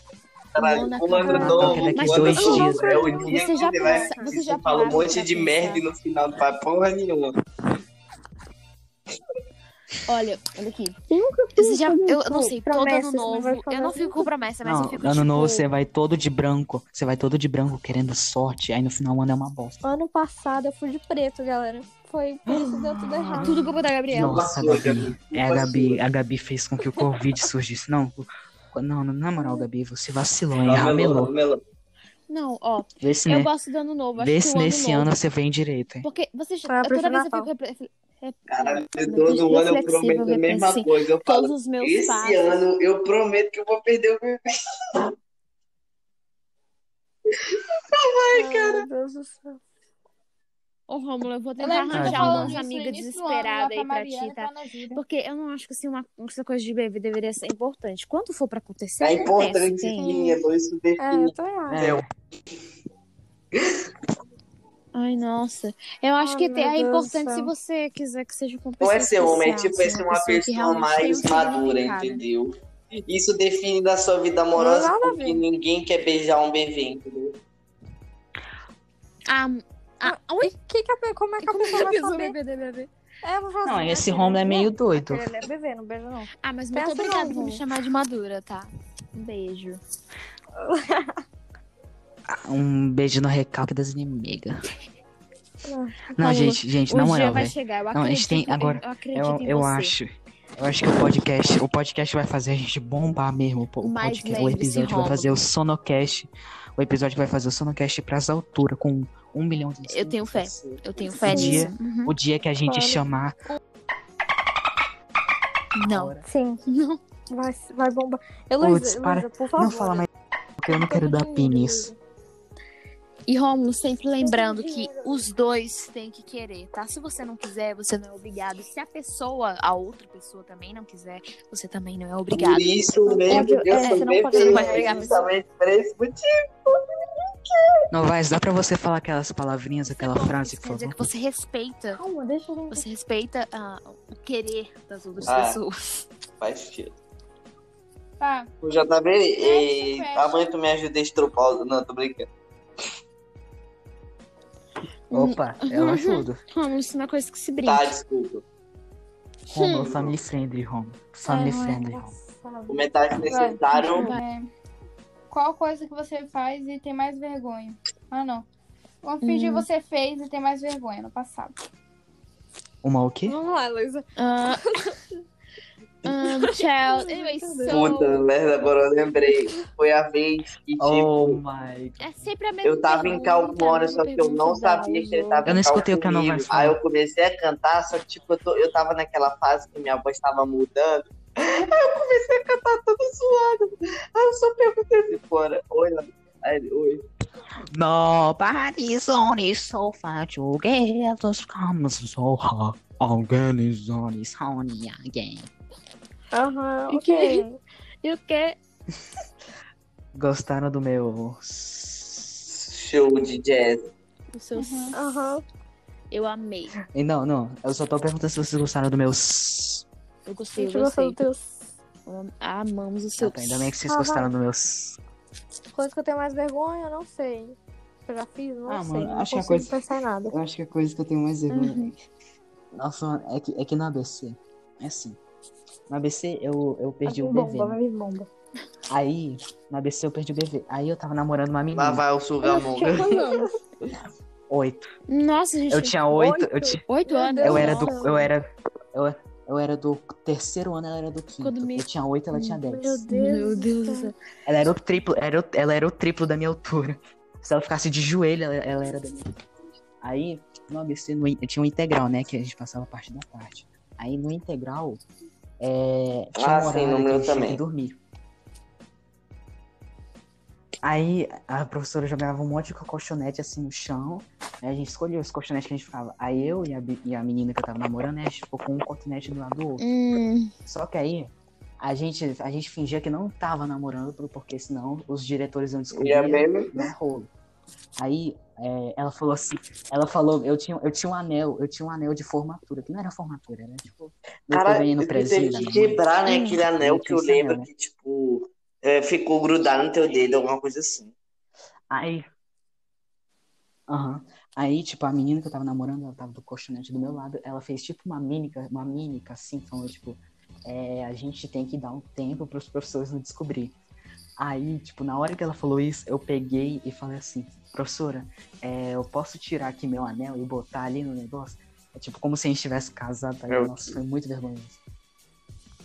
Caralho,
Não,
o ano
Natal.
novo,
Daqui
o ano
dois
novo
dias.
é o dia
Você
que
já
você vai
pensa, você
fala
já
um
parou
monte
pra
de
pensar?
merda e no final não faz porra nenhuma.
Olha, olha aqui. Você já, eu não sei, todo ano
Promessas, mas
novo.
vai
Eu
fazer
não fico com promessa, mas
Não,
eu fico
ano
tipo,
novo você vai todo de branco. Você vai todo de branco querendo sorte. Aí no final o ano é uma bosta.
Ano passado eu fui de preto, galera. Foi por isso deu tudo errado.
tudo culpa da Gabriela.
Nossa,
Passou,
Gabi. É, a Gabi. A Gabi fez com que o Covid surgisse. Não, o- não, não, na moral, Gabi, você vacilou, hein? Ramelou.
Ramelou.
Não, ó,
Vê
É.
se,
eu
né,
gosto do ano novo. Acho
vê
que
se
o ano
nesse
novo.
ano você vem direito, hein?
Porque você já.
Ah, eu
eu- toda
prefiro
vez eu
Natal.
fico. refle- refle-
Caralho,
reflexiva,
todo ano eu
reflexiva,
prometo a mesma
assim,
coisa. Eu falo,
Todos os meus
esse
passos.
ano eu prometo que eu vou perder o bebê.
Ai, cara. Meu Deus do céu.
Ô, Rômulo, eu vou
Eu
tentar
lembro que você
arranjar
falando
uns
isso no
amigos
início do ano, lá
desesperados aí pra
Mariana e
ti, tá?
pra Ana Júlia.
Porque eu não acho que assim, uma, essa coisa de bebê deveria ser importante. Quando for pra acontecer,
É
acontece,
importante,
entende?
sim, é bom isso
É,
definir.
eu tô errada.
É,
Ai, nossa. Eu acho
Ai,
que
meu
te- é
Deus do
importante
céu.
se você quiser que seja com
Não
pessoa
é ser homem, é
especial,
tipo, é
assim,
ser uma
que
pessoa
realmente tem
mais
um
madura,
significado.
entendeu? Isso define da sua vida amorosa
Nada a
porque
ver.
ninguém quer beijar um bebê, entendeu?
Ah, ah, ui,
E que que a, como é que a pessoa vai saber? É, eu vou falar
Não,
assim,
esse
né?
Romulo é meio doido.
Ele é bebê, não beija não.
ah, mas muito
Peça
obrigada
não,
por me
Rô.
chamar de madura, tá? Um beijo.
Um beijo no recalque das inimigas. Não,
Rômulo,
gente, gente,
o
na
dia
é,
moral,
vai
velho.
chegar. Eu
Não, a gente
acredito,
tem- agora-
eu, eu acredito
Eu,
em
eu
você.
acho. Eu acho que o podcast, o podcast vai fazer a gente bombar mesmo. O, po- o
Mas
podcast, o
lembre-se,
episódio vai
Rômulo.
fazer o Sonocast. O episódio vai fazer o Sonocast pras alturas, com um milhão de
Eu tenho fé. Eu tenho fé
Um dia-
nisso. Uhum.
O dia que a gente
Olha.
chamar.
Não.
Sim. Vai, vai bombar.
Putz,
Heloísa,
para.
Heloísa, por favor.
Não fala mais. Porque eu não quero dar pin nisso.
E Rômulo, sempre lembrando que os dois têm que querer, tá? Se você não quiser, você não é obrigado. Se a pessoa, a outra pessoa também não quiser, você também não é obrigado.
Por isso mesmo
Ódio,
que eu
é,
sou
você não pode-
bebê,
não pode pegar a pessoa.
justamente por esse motivo.
Não vai, dá pra você falar aquelas palavrinhas, aquela
Bom,
frase,
isso
por
quer dizer
favor.
que você respeita,
Calma, deixa eu...
você respeita ah, o querer das outras
Ah.
pessoas.
Faz sentido.
Tá.
Eu já tá vendo? E
fecha.
amanhã tu me ajuda a estrupar. o- Não, tô brincando.
Opa, eu
Uhum.
ajudo.
Rômulo, isso não é coisa que se brinca.
Tá, desculpa.
Romulo, family friendly, Romulo.
É,
Family friendly, Romulo.
Comentário é necessário.
É, Qual coisa que você faz e tem mais vergonha? Ah, não. Uma finge
Hum.
que você fez e tem mais vergonha no passado.
Uma o quê?
Vamos lá, Heloísa.
Ah, um, tchau. Anyway,
Puta,
so...
merda, agora eu lembrei. Foi a vez que,
Oh
tipo,
my
É sempre a mesma
eu tava em Calmora, só que eu não sabia que ele tava
Eu não
em cal
escutei o que a Nova
comigo.
falou.
Aí eu comecei a cantar, só que, tipo, eu, tô- eu tava naquela fase que minha voz tava mudando. Aí eu comecei a cantar todo zoado. Aí eu só perguntei assim, fora. Oi, lá. Aí ele, oi.
Nobody's on his sofa together comes so hard. Again is on his honey again.
Aham, ok.
E o quê?
Gostaram do meu.
Show de jazz.
O seu...
Aham.
Eu amei.
E Não, não. Eu só tô perguntando se vocês gostaram do meu.
Eu gostei,
Tipo,
Gente,
eu
eu gostei
gostei.
do teu...
Amamos o
Ah,
seu.
tá, ainda bem que vocês gostaram do meu.
Coisa que eu tenho mais vergonha, eu não sei. Eu já fiz, não
Ah,
sei.
mano,
não
acho que a
consigo
coisa-
pensar em nada.
Eu acho que é a coisa que eu tenho mais vergonha.
Uhum.
Nossa, mano, é que, é que na ABC. É assim. Na ABC eu, eu perdi o
Vai vir
bebê.
bomba,
né?
vai vir bomba.
Aí, na ABC eu perdi o bebê. Aí eu tava namorando uma
Lá
menina.
vai o sugamonga.
Oito.
Nossa, gente.
Eu tinha oito. Eu tinha.
Oito anos.
Eu era do.
Nossa.
Eu era. Eu, eu era do terceiro ano, ela era do quinto.
Quando me-
Eu tinha oito, ela tinha
Meu Deus.
dez.
Meu Deus do céu.
Ela era o triplo, era o- ela era o triplo da minha altura. Se ela ficasse de joelho, ela, ela era da minha altura. Aí, no ABC, no, in- tinha um integral, né? Que a gente passava parte da tarde. Aí no integral. É, tinha
Ah,
um
sim,
horário
no
que
meu
a gente tinha que
também.
dormir. Aí a professora jogava um monte de colchonete assim no chão. Aí a gente escolheu os colchonetes que a gente ficava. Aí eu e a, bi- e a menina que eu tava namorando, né, a gente ficou com um colchonete do lado do outro.
Hum,
Só que aí a gente, a gente fingia que não tava namorando, porque senão os diretores iam
E
descobrir
é mesmo?
não é rolo. Aí é, ela falou assim, ela falou, eu tinha, eu tinha um anel, eu tinha um anel de formatura, que não era formatura, era tipo, eu tô
Cara,
ganhando
tu teve
presente.
que quebrar, né,
Hum.
aquele anel
Eu
que eu
tinha esse
lembro
anel,
que, tipo, é, ficou grudado no teu dedo, alguma coisa assim.
Aí. Aham. Aí, tipo, a menina que eu tava namorando, ela tava do colchonete do meu lado, ela fez tipo uma mímica, uma mímica assim, falando, tipo, é, a gente tem que dar um tempo pros professores não descobrir. Aí, tipo, na hora que ela falou isso, eu peguei e falei assim, professora, é, eu posso tirar aqui meu anel e botar ali no negócio? É tipo como se a gente tivesse casado, tá ligado?
Eu-
Nossa, foi muito vergonhoso.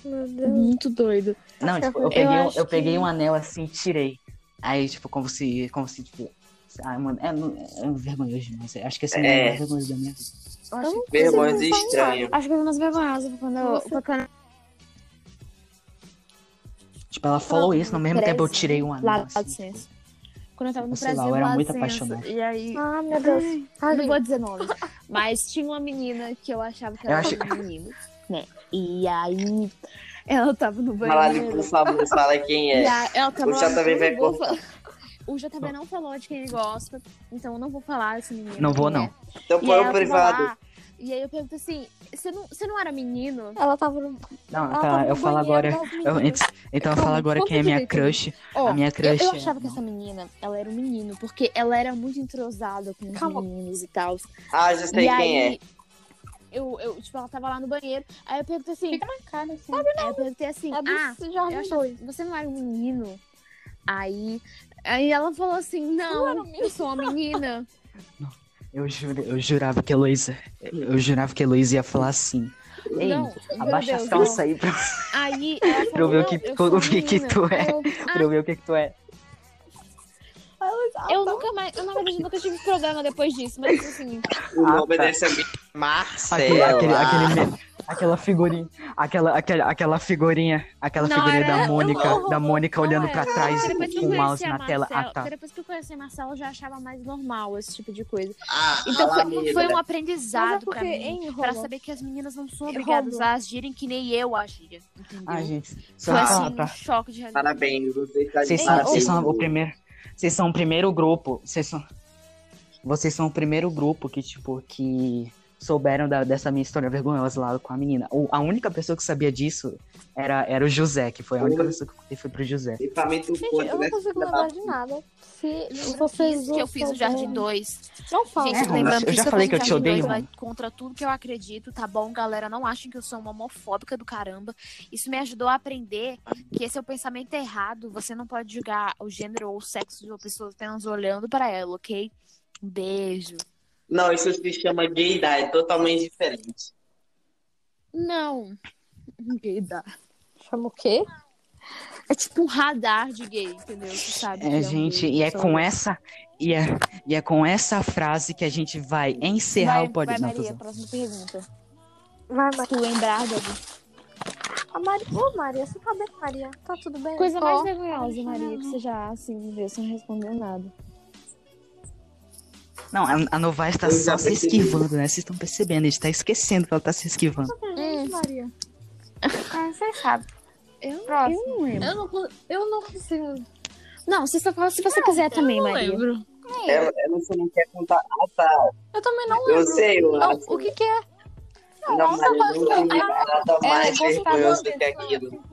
Meu
é
Deus.
muito doido.
Não, tipo, eu
Eu
peguei, um- eu,
acho que-
peguei um anel assim e tirei. Aí, tipo, como se. Como se tipo, ai, mano, é, não- é vergonhoso demais. Eu Acho que esse é o
É.
maior vergonhoso da minha vida.
Vergonha e estranho.
Acho que eu tô mais vergonhosa foi quando eu. foi quando
Tipo, ela falou isso, no mesmo tempo eu
Brasil,
tirei um anel.
Lá do
assim,
licença. Quando eu tava no
Sei lá,
Brasil,
eu era
lá
muito
licença,
apaixonado.
E aí.
Ah, meu Deus.
Ai, não vou dizer nomes. Mas tinha uma menina que eu achava que
Eu
era
acho-
um menino, né? E aí ela tava no banheiro.
Fala ali, por favor, fala quem é.
E aí, ela tava
O
lá,
JB
eu
vai
não vou
cortar.
falar. O JB não falou de quem ele gosta, então eu não vou falar esse menino.
Não vou, não.
Então
E
põe
aí
o
ela tava
privado.
lá, E aí eu pergunto assim, você não, você não era menino?
Ela tava no.
Não,
Ela
tá,
tava
eu
no
falo agora.
banheiro das
eu-
meninas.
então eu
Calma,
falo agora
conta
quem é minha
direito.
crush.
Ó,
a minha
eu,
crush.
eu
é-
achava que essa menina, ela era um menino, porque ela era muito entrosada com os
Calma.
meninos e tal.
Ah, já sei
e
quem
aí,
é.
Eu, eu, tipo, ela tava lá no banheiro, aí eu perguntei assim,
Fica na cara, assim.
aí eu perguntei assim,
É do
ah, eu
Jorge
achava-
2.
você não era um menino? Aí, aí ela falou assim, não, eu sou uma menina.
Eu, juro, eu jurava que a Heloísa. Eu jurava que a Heloísa ia falar assim. Ei,
não,
abaixa
Deus,
a calça aí pra,
aí ela falou,
pra eu ver o
"Não,
que,
eu
tu-
sou
o que, que
menina."
tu é.
Aí eu,
Pra eu ver o que, que tu é.
Eu nunca mais, eu na verdade nunca tive problema depois disso, mas assim,
O
Ah,
nome
tá.
dessa menina é Ah,
Aquele,
Marcela.
aquele, aquele me- aquela figurinha. Aquela, aquela, aquela figurinha. Aquela
Não,
figurinha
era-
da Mônica.
não,
da Mônica
não
olhando
era.
pra trás
depois que eu
com o mouse
conheci a
na tela.
Marcela,
Ah, tá.
depois que eu conheci a Marcela, eu já achava mais normal esse tipo de coisa.
é
Ah,
Então
a
foi,
Lamira.
foi um
Mas
aprendizado
é
pra
porque,
mim,
hein,
pra
Romulo?
saber que as meninas não são
Romulo.
obrigadas a agirem que nem eu agiria, entendeu?
Ah, gente. Só
Foi
tá. pra
assim,
falar,
um
pra,
choque de realidade.
Parabéns, você está de
Vocês são,
parabéns.
vocês são o primeiro. Vocês são o primeiro grupo. Vocês são. Vocês são o primeiro grupo que, tipo, que souberam da- dessa minha história vergonhosa lá com a menina. O- a única pessoa que sabia disso era, era o José, que foi a única
Oi.
pessoa que eu contei foi pro José.
E pra mim, tu
Gente,
conta,
eu
né?
não consigo
filha da
lembrar de
puta?
nada. Se
Fiz,
vocês
que eu fiz o Jardim 2.
Não fala.
Gente,
Romulo,
lembrando
É, eu
que
já
isso
falei
fiz
que eu te
Jardim
odeio,
dois, vai
Romulo.
contra tudo que eu acredito, tá bom, galera? Não achem que eu sou uma homofóbica do caramba. Isso me ajudou a aprender que esse é o pensamento errado. Você não pode julgar o gênero ou o sexo de uma pessoa apenas olhando pra ela, ok? Um beijo.
Não, isso se chama gaydar, é totalmente diferente.
Não.
um
Gay dá.
Chama o quê?
É tipo um radar de gay, entendeu? Você sabe. que
É,
um
gente,
gay,
e é
só-
com essa. E é, e é com essa frase que a gente vai encerrar
Vai,
o podcast.
vai
Não, tô
Maria, próxima
zoando.
pergunta.
Vai,
Se tu lembrar, Gabi.
A Maria. Ô, Maria, você tá bem, Maria? Tá tudo bem?
Coisa
Ó,
mais vergonhosa, Maria, que você já assim viveu sem responder nada.
Não, a, a Novais tá
Eu
só
já
se
percebi.
esquivando, né? Vocês estão percebendo, a gente tá esquecendo que ela tá se esquivando.
pra
Hum.
gente, Maria.
Ah, vocês sabem.
Eu,
Próximo.
eu não lembro.
Eu não, con- eu não consigo.
Não, você só fala se você quiser também, Maria.
Ela, ela só não quer contar. Ah, tá.
Eu também não lembro.
Eu sei, eu
Não,
acho.
o que que é?
Não, Maria, não
eu-
tem nada
Ela
mais
é
vergonhoso
gostadora
que aquilo.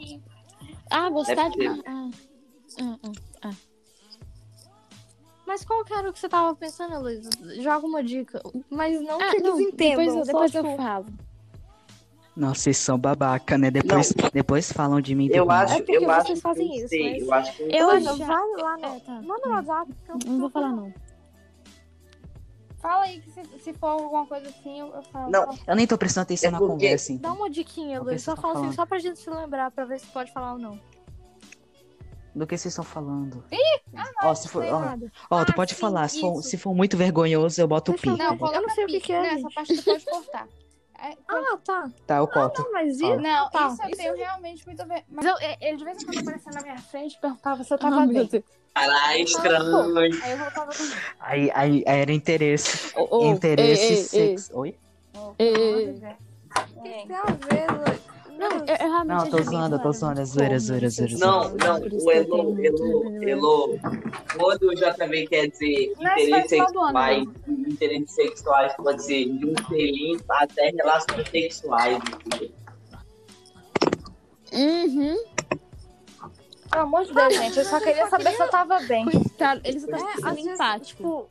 Ah, gostar de.
possível.
Ah, ah, ah.
Mas qual que era o que você tava pensando, Luísa? Joga uma dica. Mas não
Ah,
que eles
não,
entendam.
Depois, eu-
só,
depois eu
tipo,
falo.
Nossa, vocês são babaca, né? Depois, depois falam de mim.
Eu
depois.
acho,
porque
eu
vocês
acho que
fazem
eu
isso,
sei.
mas-
Eu acho que é
Eu
Luísa,
acho.
vai lá no...
É, tá.
Manda no WhatsApp. que eu
Não vou falar, não.
Fala aí que se, se for alguma coisa assim, eu, eu falo.
Não.
Eu nem tô prestando atenção
É
na
porque-
conversa.
Dá
Então.
uma diquinha,
Vou
Luiz. Só
pensar
fala assim,
falando.
só pra gente se lembrar, pra ver se pode falar ou não.
Do que vocês estão falando? ó, se for,
Não é
ó,
nada.
ó, tu
Ah,
pode
sim,
falar. Se for, um,
isso.
se for muito vergonhoso, eu boto o
Deixa eu
pi.
ver.
Não, coloca
não sei o que
pi.
que é,
Não,
gente.
Essa parte tu pode cortar. É, pode-
Ah, tá.
Tá, eu corto.
Não, mas isso...
Fala.
não,
tá.
isso eu
Isso-
tenho realmente muito ver. Mas eu, é, ele de vez em quando aparecia na minha frente e perguntava se eu tava
Ah, meu
bem.
Caralho, estranho.
Aí eu voltava com
Aí, aí, aí era interesse. interesse, sexo. Oi?
É.
Tem a ver, Luiz.
Não, eu, eu realmente
Não, eu tô
admito,
zoando, eu tô
Maria,
zoando, é
muito
zoeira,
como
zoeira,
vocês
zoeira,
Não,
são,
não,
por isso
o
que eu tenho
Elo,
muito
Elo,
vergonha.
Elo. Quando o JB quer dizer
Mas
interesses
faz todo ano,
sexuais, interesses sexuais pode ser de um selinho até relações sexuais. entendeu?
Uhum.
Pelo amor de Deus, gente. Eu só queria saber se eu tava bem.
Coitado, ele só
É,
tava
às
sendo
vezes,
empático.
tipo,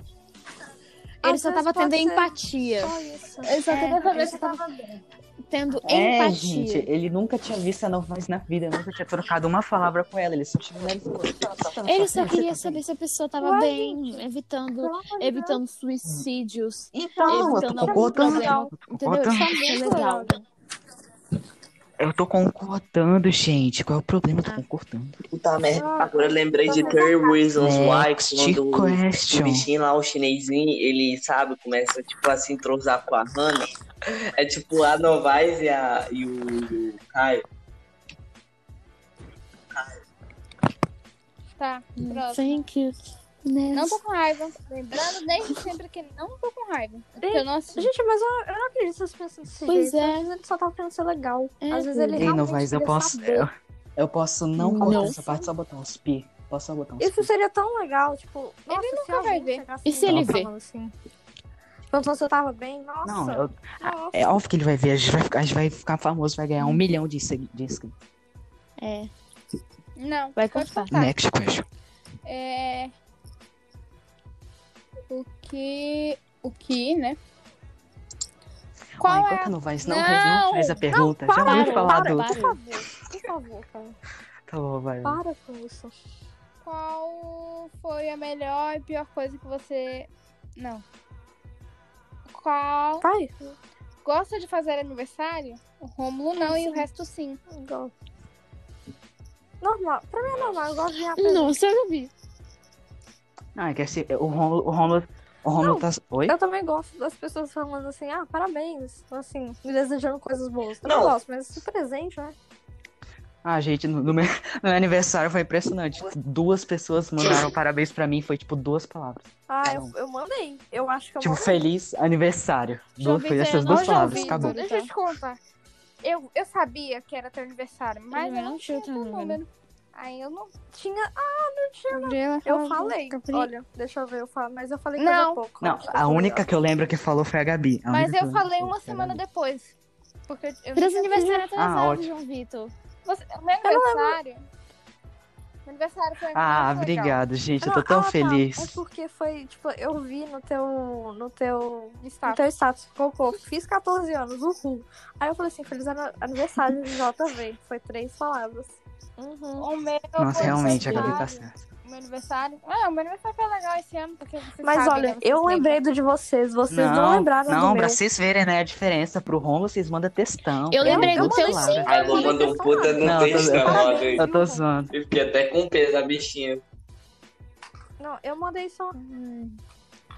Ele
às
só
vezes
tava
pode
tendo
ser-
empatia.
só isso.
Ele
é,
só queria saber se eu tava
Tendo
É,
empatia.
gente, ele nunca tinha visto a Novais na vida, nunca tinha trocado uma palavra com ela. Ele só tinha olhado e falou, "Tá, tá, tá,
Ele
tá,
só
você
queria
tá
saber se a pessoa tava bem, evitando, evitando suicídios.
Então, eu
evitando
tô
algum
concordando.
problema,
eu tô
Entendeu? Isso
concordando.
é muito legal.
Eu tô concordando, gente. Qual é o problema?
Ah.
Eu tô concordando.
Puta merda, agora eu lembrei de 30 Reasons Why,
Next
quando o
question.
bichinho lá, o chinesinho, ele sabe, começa tipo a se entrosar com a Hannah. É tipo a Novaes e, a, e, o, e o Caio.
Tá, próximo. Hum.
Thank you.
Né?
tá Não tô com raiva. Lembrando desde sempre que não tô com raiva. É porque eu não assisti.
Gente, mas eu, eu não acredito que vocês pensam desse
Pois
jeito.
é.
assim. Às vezes ele só tava querendo ser legal.
É,
Às vezes ele
Ei,
realmente
Novais, eu
queria
posso.
saber.
Eu, eu posso não
Não.
cortar essa parte, só botar uns pi. Posso só botar uns
Isso
pi.
seria tão legal, tipo... Nossa, ele
nunca vai ver.
E se ele vê?
Assim, perguntando se eu tava bem, nossa.
Não, eu-
nossa.
é óbvio que ele vai ver, a gente vai ficar, a gente vai ficar famoso, vai
Hum.
ganhar um milhão de, segui- de inscritos.
É.
Não.
Vai
pode
cortar.
Né?
cortar.
Next question.
É. O que. O que, né? Qual
Ó,
é?
enquanto Novaes não,
Não!
faz- não faz a pergunta, já
para,
vamos falar
para,
do.
para.
Por favor, por favor, cara.
Tá bom, vai.
Para com isso.
Qual foi a melhor e pior coisa que você. Não. Qual.
Vai.
Gosta de fazer aniversário? O Rômulo não e o resto sim.
Igual. Normal. Pra mim é normal, eu gosto de ganhar presente.
Nossa, eu já vi.
Não, é que esse, o Romulo. O Romulo, o Romulo
Não.
tá. Oi?
Eu também gosto das pessoas falando assim, ah, parabéns. Assim, me desejando coisas boas. Eu não
Não.
gosto, mas esse presente, né?
Ah, gente, no, no meu, no meu aniversário foi impressionante. Duas pessoas mandaram parabéns pra mim, foi tipo duas palavras.
Ah, eu,
É, Não.
eu mandei. Eu acho que eu
Ah.
Tipo,
mandei.
feliz aniversário. Duas,
vi
foi
que
essas
é
eu
duas
não já
palavras,
vi,
acabou.
então.
Deixa eu te contar. Eu, eu sabia que era teu aniversário, mas
Ele
eu não
não
tinha
tinha
teu
teu
é
número.
número. Aí eu não.
Tinha. Ah,
Gabriela
eu
falou,
falei.
Capri-
Olha, deixa eu ver, eu falo, mas eu falei
Não.
coisa pouco.
Não,
Deixa eu
a
ver.
única que eu lembro que falou foi a Gabi. A
Mas
única que
eu
lembro
falei
foi
uma
a
semana
Gabi.
depois. Porque eu- eu
assim,
Feliz
já-
aniversário
Ah,
atrasado,
ótimo.
João Vitor.
Você, o meu aniversário. Meu aniversário foi
Ah,
muito legal.
obrigado, gente. Eu
Não,
tô tão
ah, tá.
feliz.
É porque foi, tipo, eu vi no teu. No teu. No
Está.
teu Então, status que colocou, fiz 14 anos, uhul. Aí eu falei assim, feliz an- aniversário de JV. Foi três palavras. Uhum.
O meu
Nossa, realmente, a
aniversário-
Gabi tá certa.
O meu aniversário. Ah, o meu aniversário foi legal esse ano, porque vocês
Mas
sabem, né,
olha,
vocês
eu
lembram.
lembrei do de vocês, vocês não, lembraram
não,
do meu.
pra vocês verem, né, a diferença. Pro Romulo, vocês mandam textão.
Eu lembrei
mandei
do teu
palavras.
sim.
Aí eu mandou um puta no
Não, tô-
texto, mano.
Eu tô zoando.
Eu fiquei até com peso a bichinha.
Não, eu mandei só. um.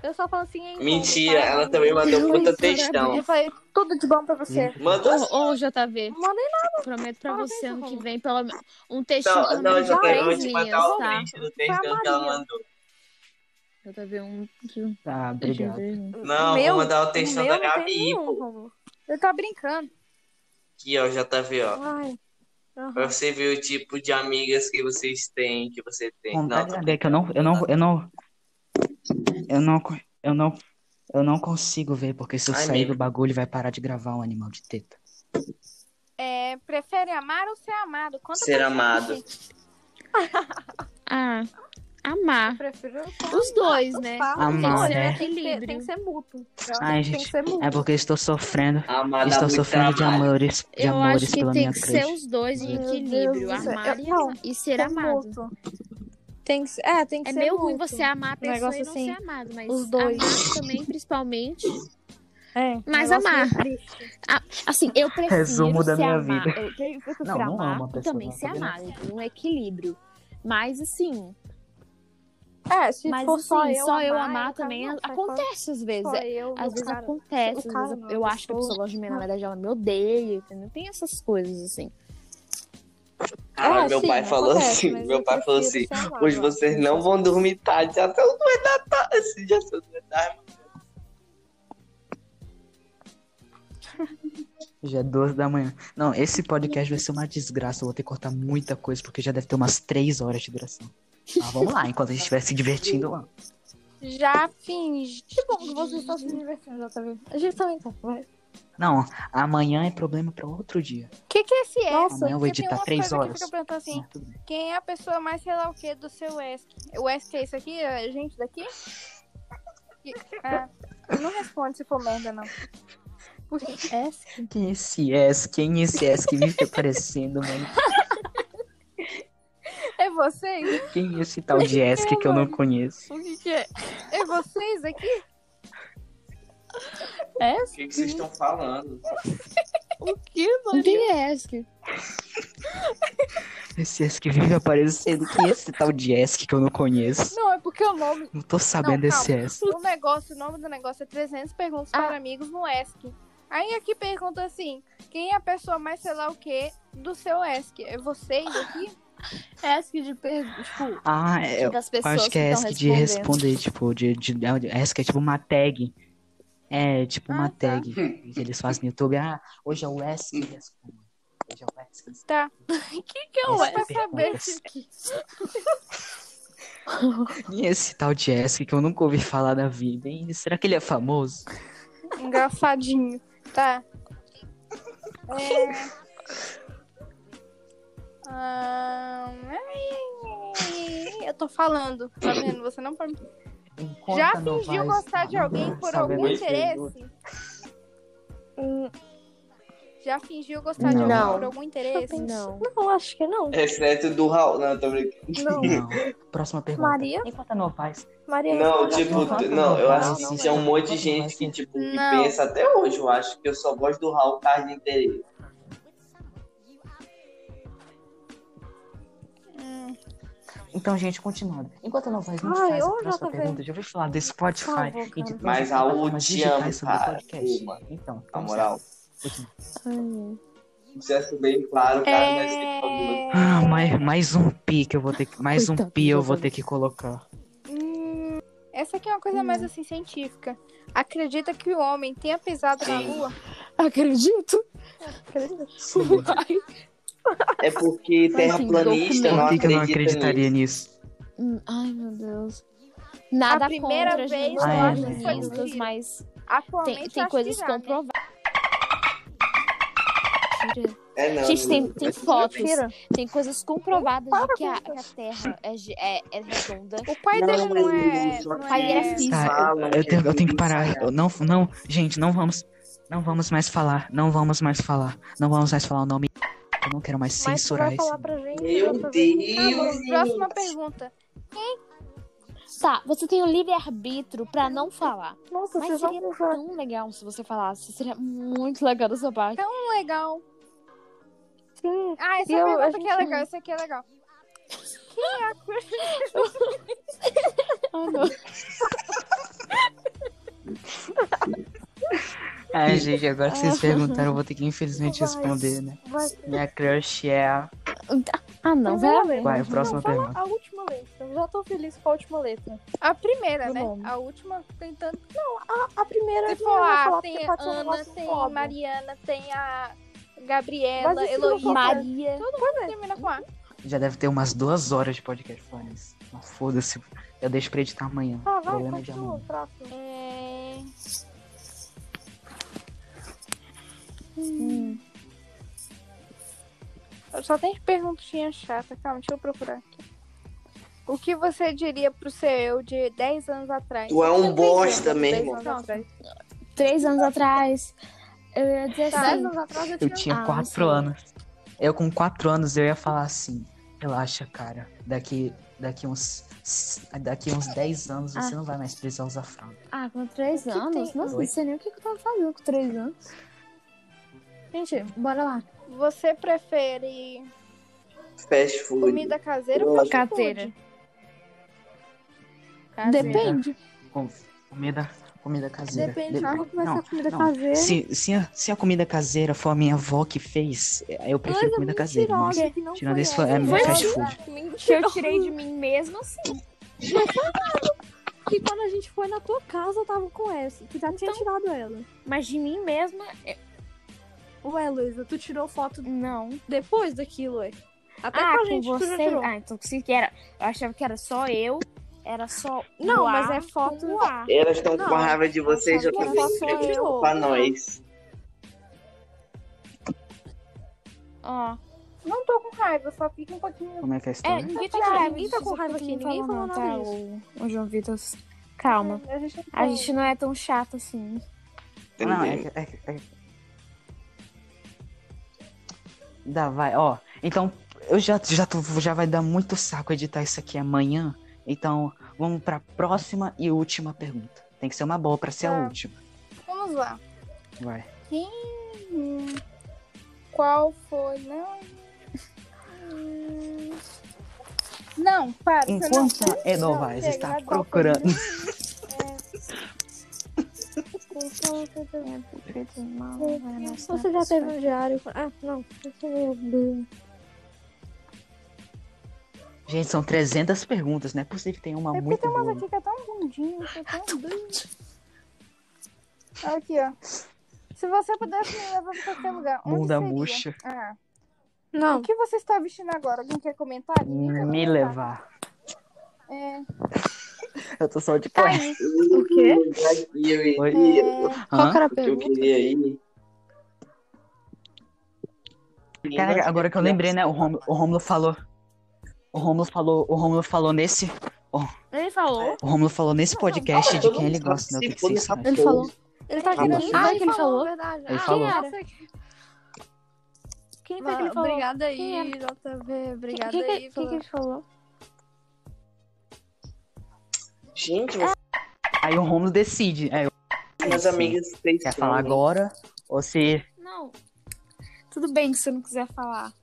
Eu só falo assim, hein,
Mentira,
Paulo,
ela também mandou um puta
Luiz,
textão.
é Eu falei, tudo de bom pra
Hum.
você.
Mandou assim.
Ô, ô, JV,
Mandei
prometo pra
Parabéns,
você ano que
Rômulo.
vem pelo menos um textinho
Não,
pelo
não,
menos
já
já
de
tá, eu vou
três
te
linhas,
mandar o
tá?
print do textão que ela mandou.
JV, um...
Tá, obrigado.
Não,
meu,
vou mandar o
o
textão
meu
da
não tem
Gabi,
nenhum,
pô.
Romulo.
Eu tava brincando.
Aqui, ó, já tá vendo, ó.
Ai. aham.
Pra você ver o tipo de amigas que vocês têm, que você tem.
Vontade
Não,
de
tô
saber que eu não, eu não, eu não, eu não, co- eu não, eu não consigo ver, porque se eu
Ai,
sair
amigo.
do bagulho, vai parar de gravar um animal de teta.
É, prefere amar ou ser amado? Quanto
Ser amado.
Ah, amar.
Eu prefiro
Os dois, né?
Amar,
Tem que ser
Tem que ser-
né?
tem
equilíbrio.
que ser mútuo. Eu
Ai,
acho que Tem
gente,
que ser mútuo.
É porque eu estou sofrendo,
Amada
estou
muito
sofrendo de
trabalho.
amores, de
Eu acho
amores
que
pela
tem
minha
que ser
crush.
os dois em
Meu Deus
equilíbrio,
do céu.
amar e,
Eu- não,
e ser
Tem
amado.
mútuo. Tem que ser, é, tem que
É
ser
meio ruim
mútuo.
você amar a pessoa
Negócio
e não
assim,
ser amado, mas
os dois.
amar também, principalmente.
É,
Mas
negócio
amar.
meio triste.
Assim, eu prefiro
Resumo da
ser
minha
amar-
vida.
Eu, pre- eu prefiro
Não, não
amar
amo a
e
pessoa,
também
não,
ser
também não.
amado, um equilíbrio. Mas assim,
É, se
mas
for
assim,
só eu amar, eu quero-
também
não, se for
acontece às vezes.
só eu,
Às
meu
vezes
cara.
acontece,
o
às
cara
vezes
não, tipo,
eu,
a
eu acho que a
pessoa.
pessoa gosta de mim, na verdade ela me odeia, entendeu? Tem essas coisas assim.
Caralho,
É,
meu
sim,
pai falou
acontece,
assim,
mas
meu
eu
pai falou assim,
prefiro ser amada,
hoje
eu
vocês
acho.
não vão dormir tarde, já são duas da tarde, já são duas da tarde.
Já é duas da manhã. Não, esse podcast vai ser uma desgraça, eu vou ter que cortar muita coisa, porque já deve ter umas três horas de duração. Mas vamos lá, enquanto a gente estiver se divertindo lá.
Já finge.
Que bom que vocês estão se divertindo, JV. A gente também tá. vai.
Não, amanhã é problema pra outro dia.
O que, que é esse S?
Nossa,
Amanhã eu vou
Porque tem
editar
umas
três
coisas
horas.
Que fica perguntando assim,
Ah, tudo bem.
quem é a pessoa mais sei lá o que do seu ESC? O ESC é isso aqui? É gente daqui? E- Ah, não responde se for merda, não.
É,
Quem é esse S? Quem é esse S que vive aparecendo, mano?
É vocês?
Quem é esse tal de Esk que eu não conheço?
O que, que é? É vocês aqui?
O que, que vocês estão falando?
O que,
Não tem
é
essa.
Esse Esk vive aparecendo. Quem é esse tal de Esk que eu não conheço?
Não, é porque o nome.
Não tô sabendo
Não, calma.
desse Esk.
O negócio, o nome do negócio é 300 perguntas
Ah,
para amigos no ESC. Aí aqui pergunta
Ah,
assim: quem é a pessoa mais sei lá o que do seu ESC? É vocês aqui?
ESC de per... tipo,
Ah, é,
das
eu acho que é ESC de responder, tipo, de, de, de, ESC é tipo uma tag. É, tipo uma tag
Hum.
que eles fazem no YouTube. Ah, hoje é o ESC responde. Hoje é o ESC
Tá. O que, que é o
Esse
ESC?
pergunta. E esse tal de ESC que eu nunca ouvi falar na vida, hein? Será que ele é famoso?
Engraçadinho. Tá. É... Ahn, ai, Eu tô falando, tá vendo? Você não pode.
Enquanto
Já
não
fingiu
vai
gostar de alguém por
sabendo
algum
as
interesse?
perguntas.
Já fingiu gostar de
Não.
alguém por algum interesse?
Não. Não, acho que não.
Exceto do Raul. Não, tô brincando.
Não.
Não. Próxima pergunta.
Maria?
Enquanto não faz.
Maria
Não,
responde
tipo,
assim.
tu- não, eu acho
Não,
que
não,
tinha um
não.
monte de gente que, tipo, que
Não.
pensa até hoje, eu acho, que eu só gosto do Raul por causa de interesse.
Então, gente, continuando. Enquanto não faz, não
Ai,
faz a
ô,
próxima
JV.
pergunta. Já ouvi falar do
Por
Spotify
favor,
e
cara.
de
Mas a U
plataformas
te
digitais
amo,
sobre
cara.
podcast.
Uma.
Então,
Na
vamos
moral,
Ai,
sucesso bem claro, cara,
É,
mas tem que falar.
Ah, mais, mais um pi que eu vou ter que. Mais um
Coitado
pi
do
eu vou
Giovanni.
ter que colocar.
Hum, essa aqui é uma coisa mais assim científica. Acredita que o homem tenha pisado na
Sim.
lua?
Acredito.
acredito.
Uai.
É porque
assim,
documento.
terraplanista não
Por que, que eu não
acredita nisso.
acreditaria nisso?
Hum, Ai, meu Deus. Nada
A primeira
contra, gente,
vez
Ah,
eu
eu
é.
acho
acho que
essas
foi
coisas,
mentira.
mas
Atualmente
tem, tem
acho
coisas
que já, né?
comprovadas.
É, não.
Gente, tem,
não,
tem
não.
fotos,
Mentira.
tem coisas comprovadas de que a, que a Terra é, ge- é, é redonda.
O pai
Não,
dele não
mas
é.
só
não
que
é-
Aí era físico.
Tá,
Fala,
eu, eu tenho, eu tenho que parar.
cara.
Eu Não, não, gente, não vamos. Não vamos mais falar. Não vamos mais falar. Não vamos mais falar o nome. Eu não quero mais
Mas tu
censurar
vai
isso.
falar pra gente.
Meu
vai fazer-
Tá
Deus!
bom, próxima pergunta.
Tá, você tem o livre-arbítrio pra não falar.
Nossa,
Mas
vocês
seria
vão usar.
tão legal se você falasse. Seria muito legal da sua parte.
Tão é legal.
Sim.
Ah, essa
Eu-
pergunta
a
aqui
gente-
é legal. Essa aqui é legal.
Ah, não.
É, gente, agora que vocês perguntaram, eu vou ter que infelizmente
Vai.
responder, né?
Vai.
Minha crush é a.
Ah, não, vai
Primeira
lá.
vez.
Vai, próxima
fala
pergunta.
A última letra. Eu já tô feliz com a última letra.
A primeira,
Tá
Do
né?
nome.
A última tem tanto.
A primeira
Se
eu
for
vou
A,
falar
tem
porque
a
pode ser um
Ana,
negócio
tem a
foda.
Mariana, tem a
Mas
Gabriela,
isso não
Heloísa.
conta.
Maria.
Todo
é?
mundo termina com A.
Já deve ter umas duas horas de podcast falando isso. Mas foda-se. Eu deixo pra editar amanhã.
Ah, vai,
Problema de
continua,
amanhã.
próximo.
É... Hum. Só tem perguntinha chata. Calma, deixa eu procurar aqui. O que você diria pro seu eu de 10 anos atrás?
Tu é um
Não tem
bosta,
tempo,
meu
10
irmão.
anos atrás.
Três anos atrás. Eu
É,
ia dizer
Tá,
assim.
10 anos atrás eu
Eu
tinha...
tinha
Ah,
quatro
sim.
anos. Eu com quatro anos eu ia falar assim. Relaxa, cara. Daqui, daqui uns. Daqui uns 10 anos você não vai mais precisar usar fralda.
Ah, com três anos?
tem-
Nossa,
Oi?
não sei nem o que que eu tava fazendo com três anos.
Gente, bora lá.
Você prefere
Fast food.
comida caseira ou
Eu
fast
acho-
food?
Depende.
Com- Comida, comida caseira.
Depende
De-
Ah,
de como vai ser
Não,
a comida
não.
caseira.
Se, se, a, se a comida caseira for a minha avó que fez, é, eu prefiro comida caseira. Mas
Mentirosa, que não
tirando
foi
isso, é
ela.
meu
Foi
fast
um
ela.
food.
Mentira.
Que eu tirei de mim mesmo, assim.
Que quando a gente foi na tua casa, eu tava com essa. Tu já tinha tirado ela.
Mas de mim mesma,
Ué, Luísa, tu tirou foto
não.
depois daquilo, ué. Até
ah,
com a
com
gente tu já
você.
tirou.
Ah, então se que era. Eu achava que era só eu. Era só. o
Não,
ar
mas é foto-
com o ar.
Elas estão
Não,
com raiva de vocês, já
eu
também
faço
não tem
eu.
Ah,
pra
é
nós.
Ó.
Não tô com raiva, só fica um pouquinho...
assim,
Como é que é a
É,
história?
ninguém tá
Cara,
com raiva.
ninguém tá com
disso,
raiva
porque
aqui,
não
ninguém
fala
falou
não,
nada
tá, O, o João Vitor. Calma.
A gente não
A gente não é tão chato assim.
Não, é,
Entendeu?
que- é que- é que- Dá, vai, ó. Então, eu já, já, tô- já vai dar muito saco editar isso aqui amanhã. Então, vamos pra próxima e última pergunta. Tem que ser uma boa pra ser a
Tá.
última.
Vamos lá.
Vai.
Hum, Qual foi? Não. Hum. Não, para. você
Enquanto
não-
a Edelweiss
não,
está
chega,
procurando.
É.
É,
Você já teve um diário? Ah, não. Você
Gente, são 300 perguntas, não é possível que tenha uma
É porque
muito né?
tem umas
boa.
aqui que é tão bundinha, que é tão doida. Olha aqui, ó. Se você pudesse me levar pra qualquer lugar, onde
Bunda
seria?
murcha.
Ah,
Não.
o que você está vestindo agora? Alguém quer comentar? Ninguém quer
Me
comentar.
levar.
É,
Eu tô só de
tá
cueca.
aí.
O quê?
Eu iria,
Oi?
É,
Qual que
Hã?
era a
porque eu
pergunta?
queria ir.
Caraca, agora que eu lembrei, né? O Romulo, o Romulo falou. O Romulo falou, o Romulo falou nesse,
Ele falou.
o Romulo falou nesse podcast
Ah,
de
todo
quem ele
mundo
gosta,
sabe se
né? Eu tenho que
for
ser
nessa
sincero.
Ele falou. Ele tá
Ah,
querendo.
não.
Ah, que ele falou.
Verdade. Ah,
Ele
é?
falou.
quem era?
Quem foi
Mano,
que ele falou?
Obrigada aí,
Quem
JV.
O que,
Obrigada
que-
aí.
que que
pela-
ele falou?
Gente, mas
Aí o Romulo decide. É,
minhas amigas fez
quer falar agora ou se
Não. Tudo bem se você não quiser falar.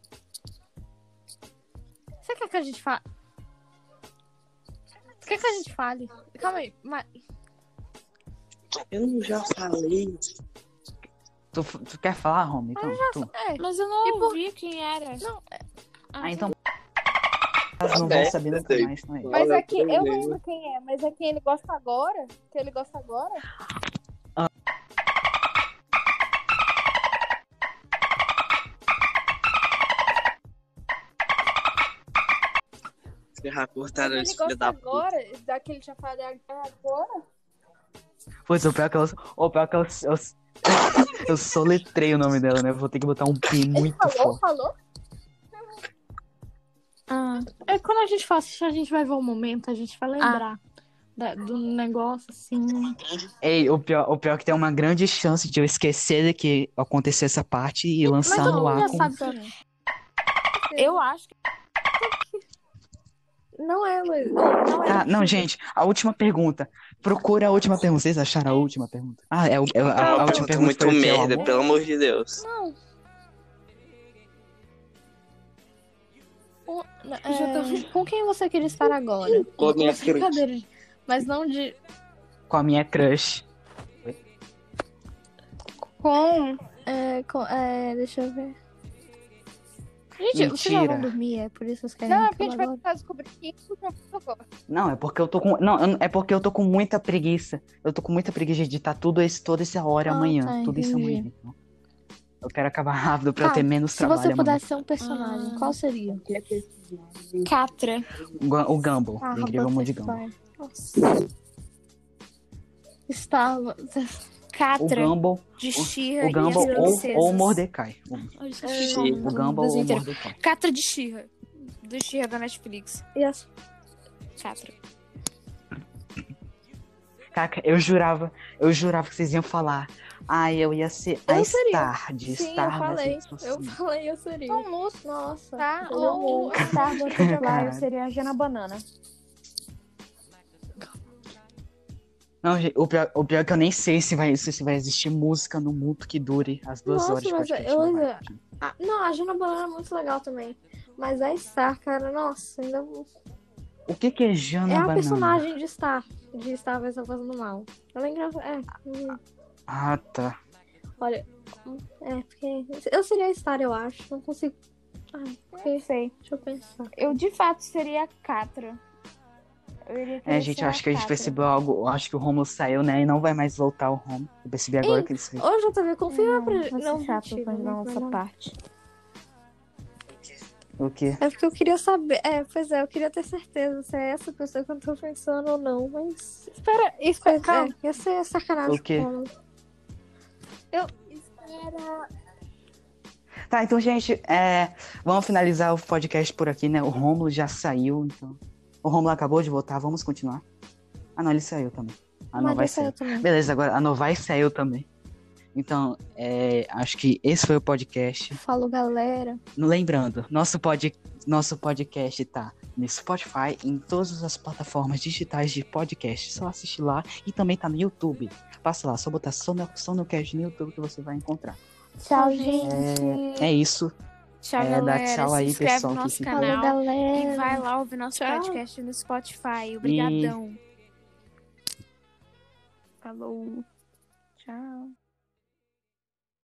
Você quer que a gente fale? Você quer que a gente fale? Calma aí. Mas...
Eu não já falei.
tu, tu quer falar, Romulo? Então, tu.
É.
Mas eu não
E por-
ouvi quem era.
Não,
Ah, então elas não vão saber nunca mais, não é?
Mas
Olha,
aqui, eu
beleza.
lembro quem é, mas é quem ele gosta agora? Que ele gosta agora?
Ferrar,
Mas
cortaram
ele
esse filho
gosta
da puta.
agora? Daquele já falei agora?
Pois, o pior é que eu, o pior que eu, eu, eu soletrei o nome dela, né? Eu vou ter que botar um P muito
Falou,
forte.
falou?
É quando a gente fala, a gente vai ver um momento, a gente
Ah.
vai lembrar da- do negócio, assim.
Ei, o pior, o pior é que tem uma grande chance de eu esquecer de que aconteceu essa parte e lançar
todo
no
mundo
ar
já
com...
sabe quem é.
É.
Eu acho que. é
Não é, Luiz. Não é.
Tá, não, gente, a última pergunta. Procura a última pergunta. Vocês acharam a última pergunta? Ah, é, o- é a, a
Ah,
última
pergunta muito
pergunta foi o quê?
merda,
Amor?
pelo amor de Deus.
É, Com quem você queria estar agora?
Com a minha
Brincadeira. Mas não de.
Com a minha crush.
Com. É, com é, deixa eu ver. Gente, vocês já vão
Mentira.
dormir, é por isso que vocês querem.
Não, é porque a gente
acabar
vai tentar descobrir quem que não gosta.
Não, é porque eu tô com. Não, eu não- é porque eu tô com muita preguiça. Eu tô com muita preguiça de editar tudo esse, toda essa hora
Ah,
amanhã.
tá,
tudo isso
entendi.
amanhã. Então. Eu quero acabar rápido pra eu
Tá,
ter menos
Se
trabalho
você
amanhã.
pudesse ser um personagem,
Ah.
qual seria?
Catra.
O Gu- O Gumball.
Ah,
o incrível
Robert
mundo de Gumball.
Stein. Estava.
O
Catra
Gumball,
de
o-
Shira
o
e
Gumball
as
ou,
princesas.
ou o Mordecai. O,
Olha,
Sim.
esqueci o nome
o
do-
Gumball
das
ou o
inteiras.
Mordecai.
Catra de Shira. Do Shira da Netflix.
E as
Catra.
Caca, eu jurava, eu jurava que vocês iam falar. Ai, eu ia ser a
Eu seria.
Star de
Sim,
Star
eu
das
falei.
redes
Eu assim.
sociais.
falei, eu seria.
Então, Lúcio,
Nossa.
tá?
Ou
Ou...
o Starbucks de lá, eu
Caralho.
seria a Jana Banana.
Não, gente, o pior, o pior é que eu nem sei se vai, se vai existir música no mundo que dure as duas
Nossa,
horas de
mas
podcast.
eu-
não vai, gente.
Ah, não, a Jana Banana é muito legal também. Mas a Star, cara, nossa, ainda.
O que, que é Jana
é a
Banana?
personagem de Star. De Star vai fazendo mal. Ela é engraçada. É, hum,
Ah, tá.
olha. hum, É, porque. Eu seria a Star, eu acho. Não consigo. Ai, porque.
sei.
Deixa eu pensar.
Eu de fato seria a Catra. Eu iria
É,
querer
gente,
ser
eu acho que a gente
Catra.
percebeu algo. Eu acho que o Romulo saiu, né? E não vai mais voltar o Romulo. Eu percebi agora que ele saiu.
Ô, JV, confirma
Não,
pra
é
vai ser
Não, né?
chato
mentira,
quando
não
não essa
vai um não.
parte.
O quê?
É porque eu queria saber. É, pois é, eu queria ter certeza se é essa pessoa que eu tô pensando ou não, mas.
Espera,
Pois
espera,
é,
calma.
ia ser sacanagem.
O quê?
com ela.
Tá, então, gente, é, vamos finalizar o podcast por aqui, né? O Romulo já saiu, então. O Romulo acabou de voltar, vamos continuar. Ah, não, ele saiu também. Ah, não,
Mas
vai
essa
sair.
eu também.
Beleza, agora ah, a Novai saiu também. Então, é, acho que esse foi o podcast.
Falou, galera.
Lembrando, nosso, pod, nosso podcast tá no Spotify, em todas as plataformas digitais de podcast. Só assistir lá e também tá no YouTube. Passa lá, só botar Sono- Sonocast no YouTube que você vai encontrar.
Tchau, gente.
É isso.
Tchau,
É, dá
galera.
tchau
se
aí,
inscreve
pessoal,
no
que
nosso
fica-
canal.
Falou, galera.
E vai lá ouvir nosso
É. Tchau.
podcast no Spotify. Obrigadão. Falou.
Tchau.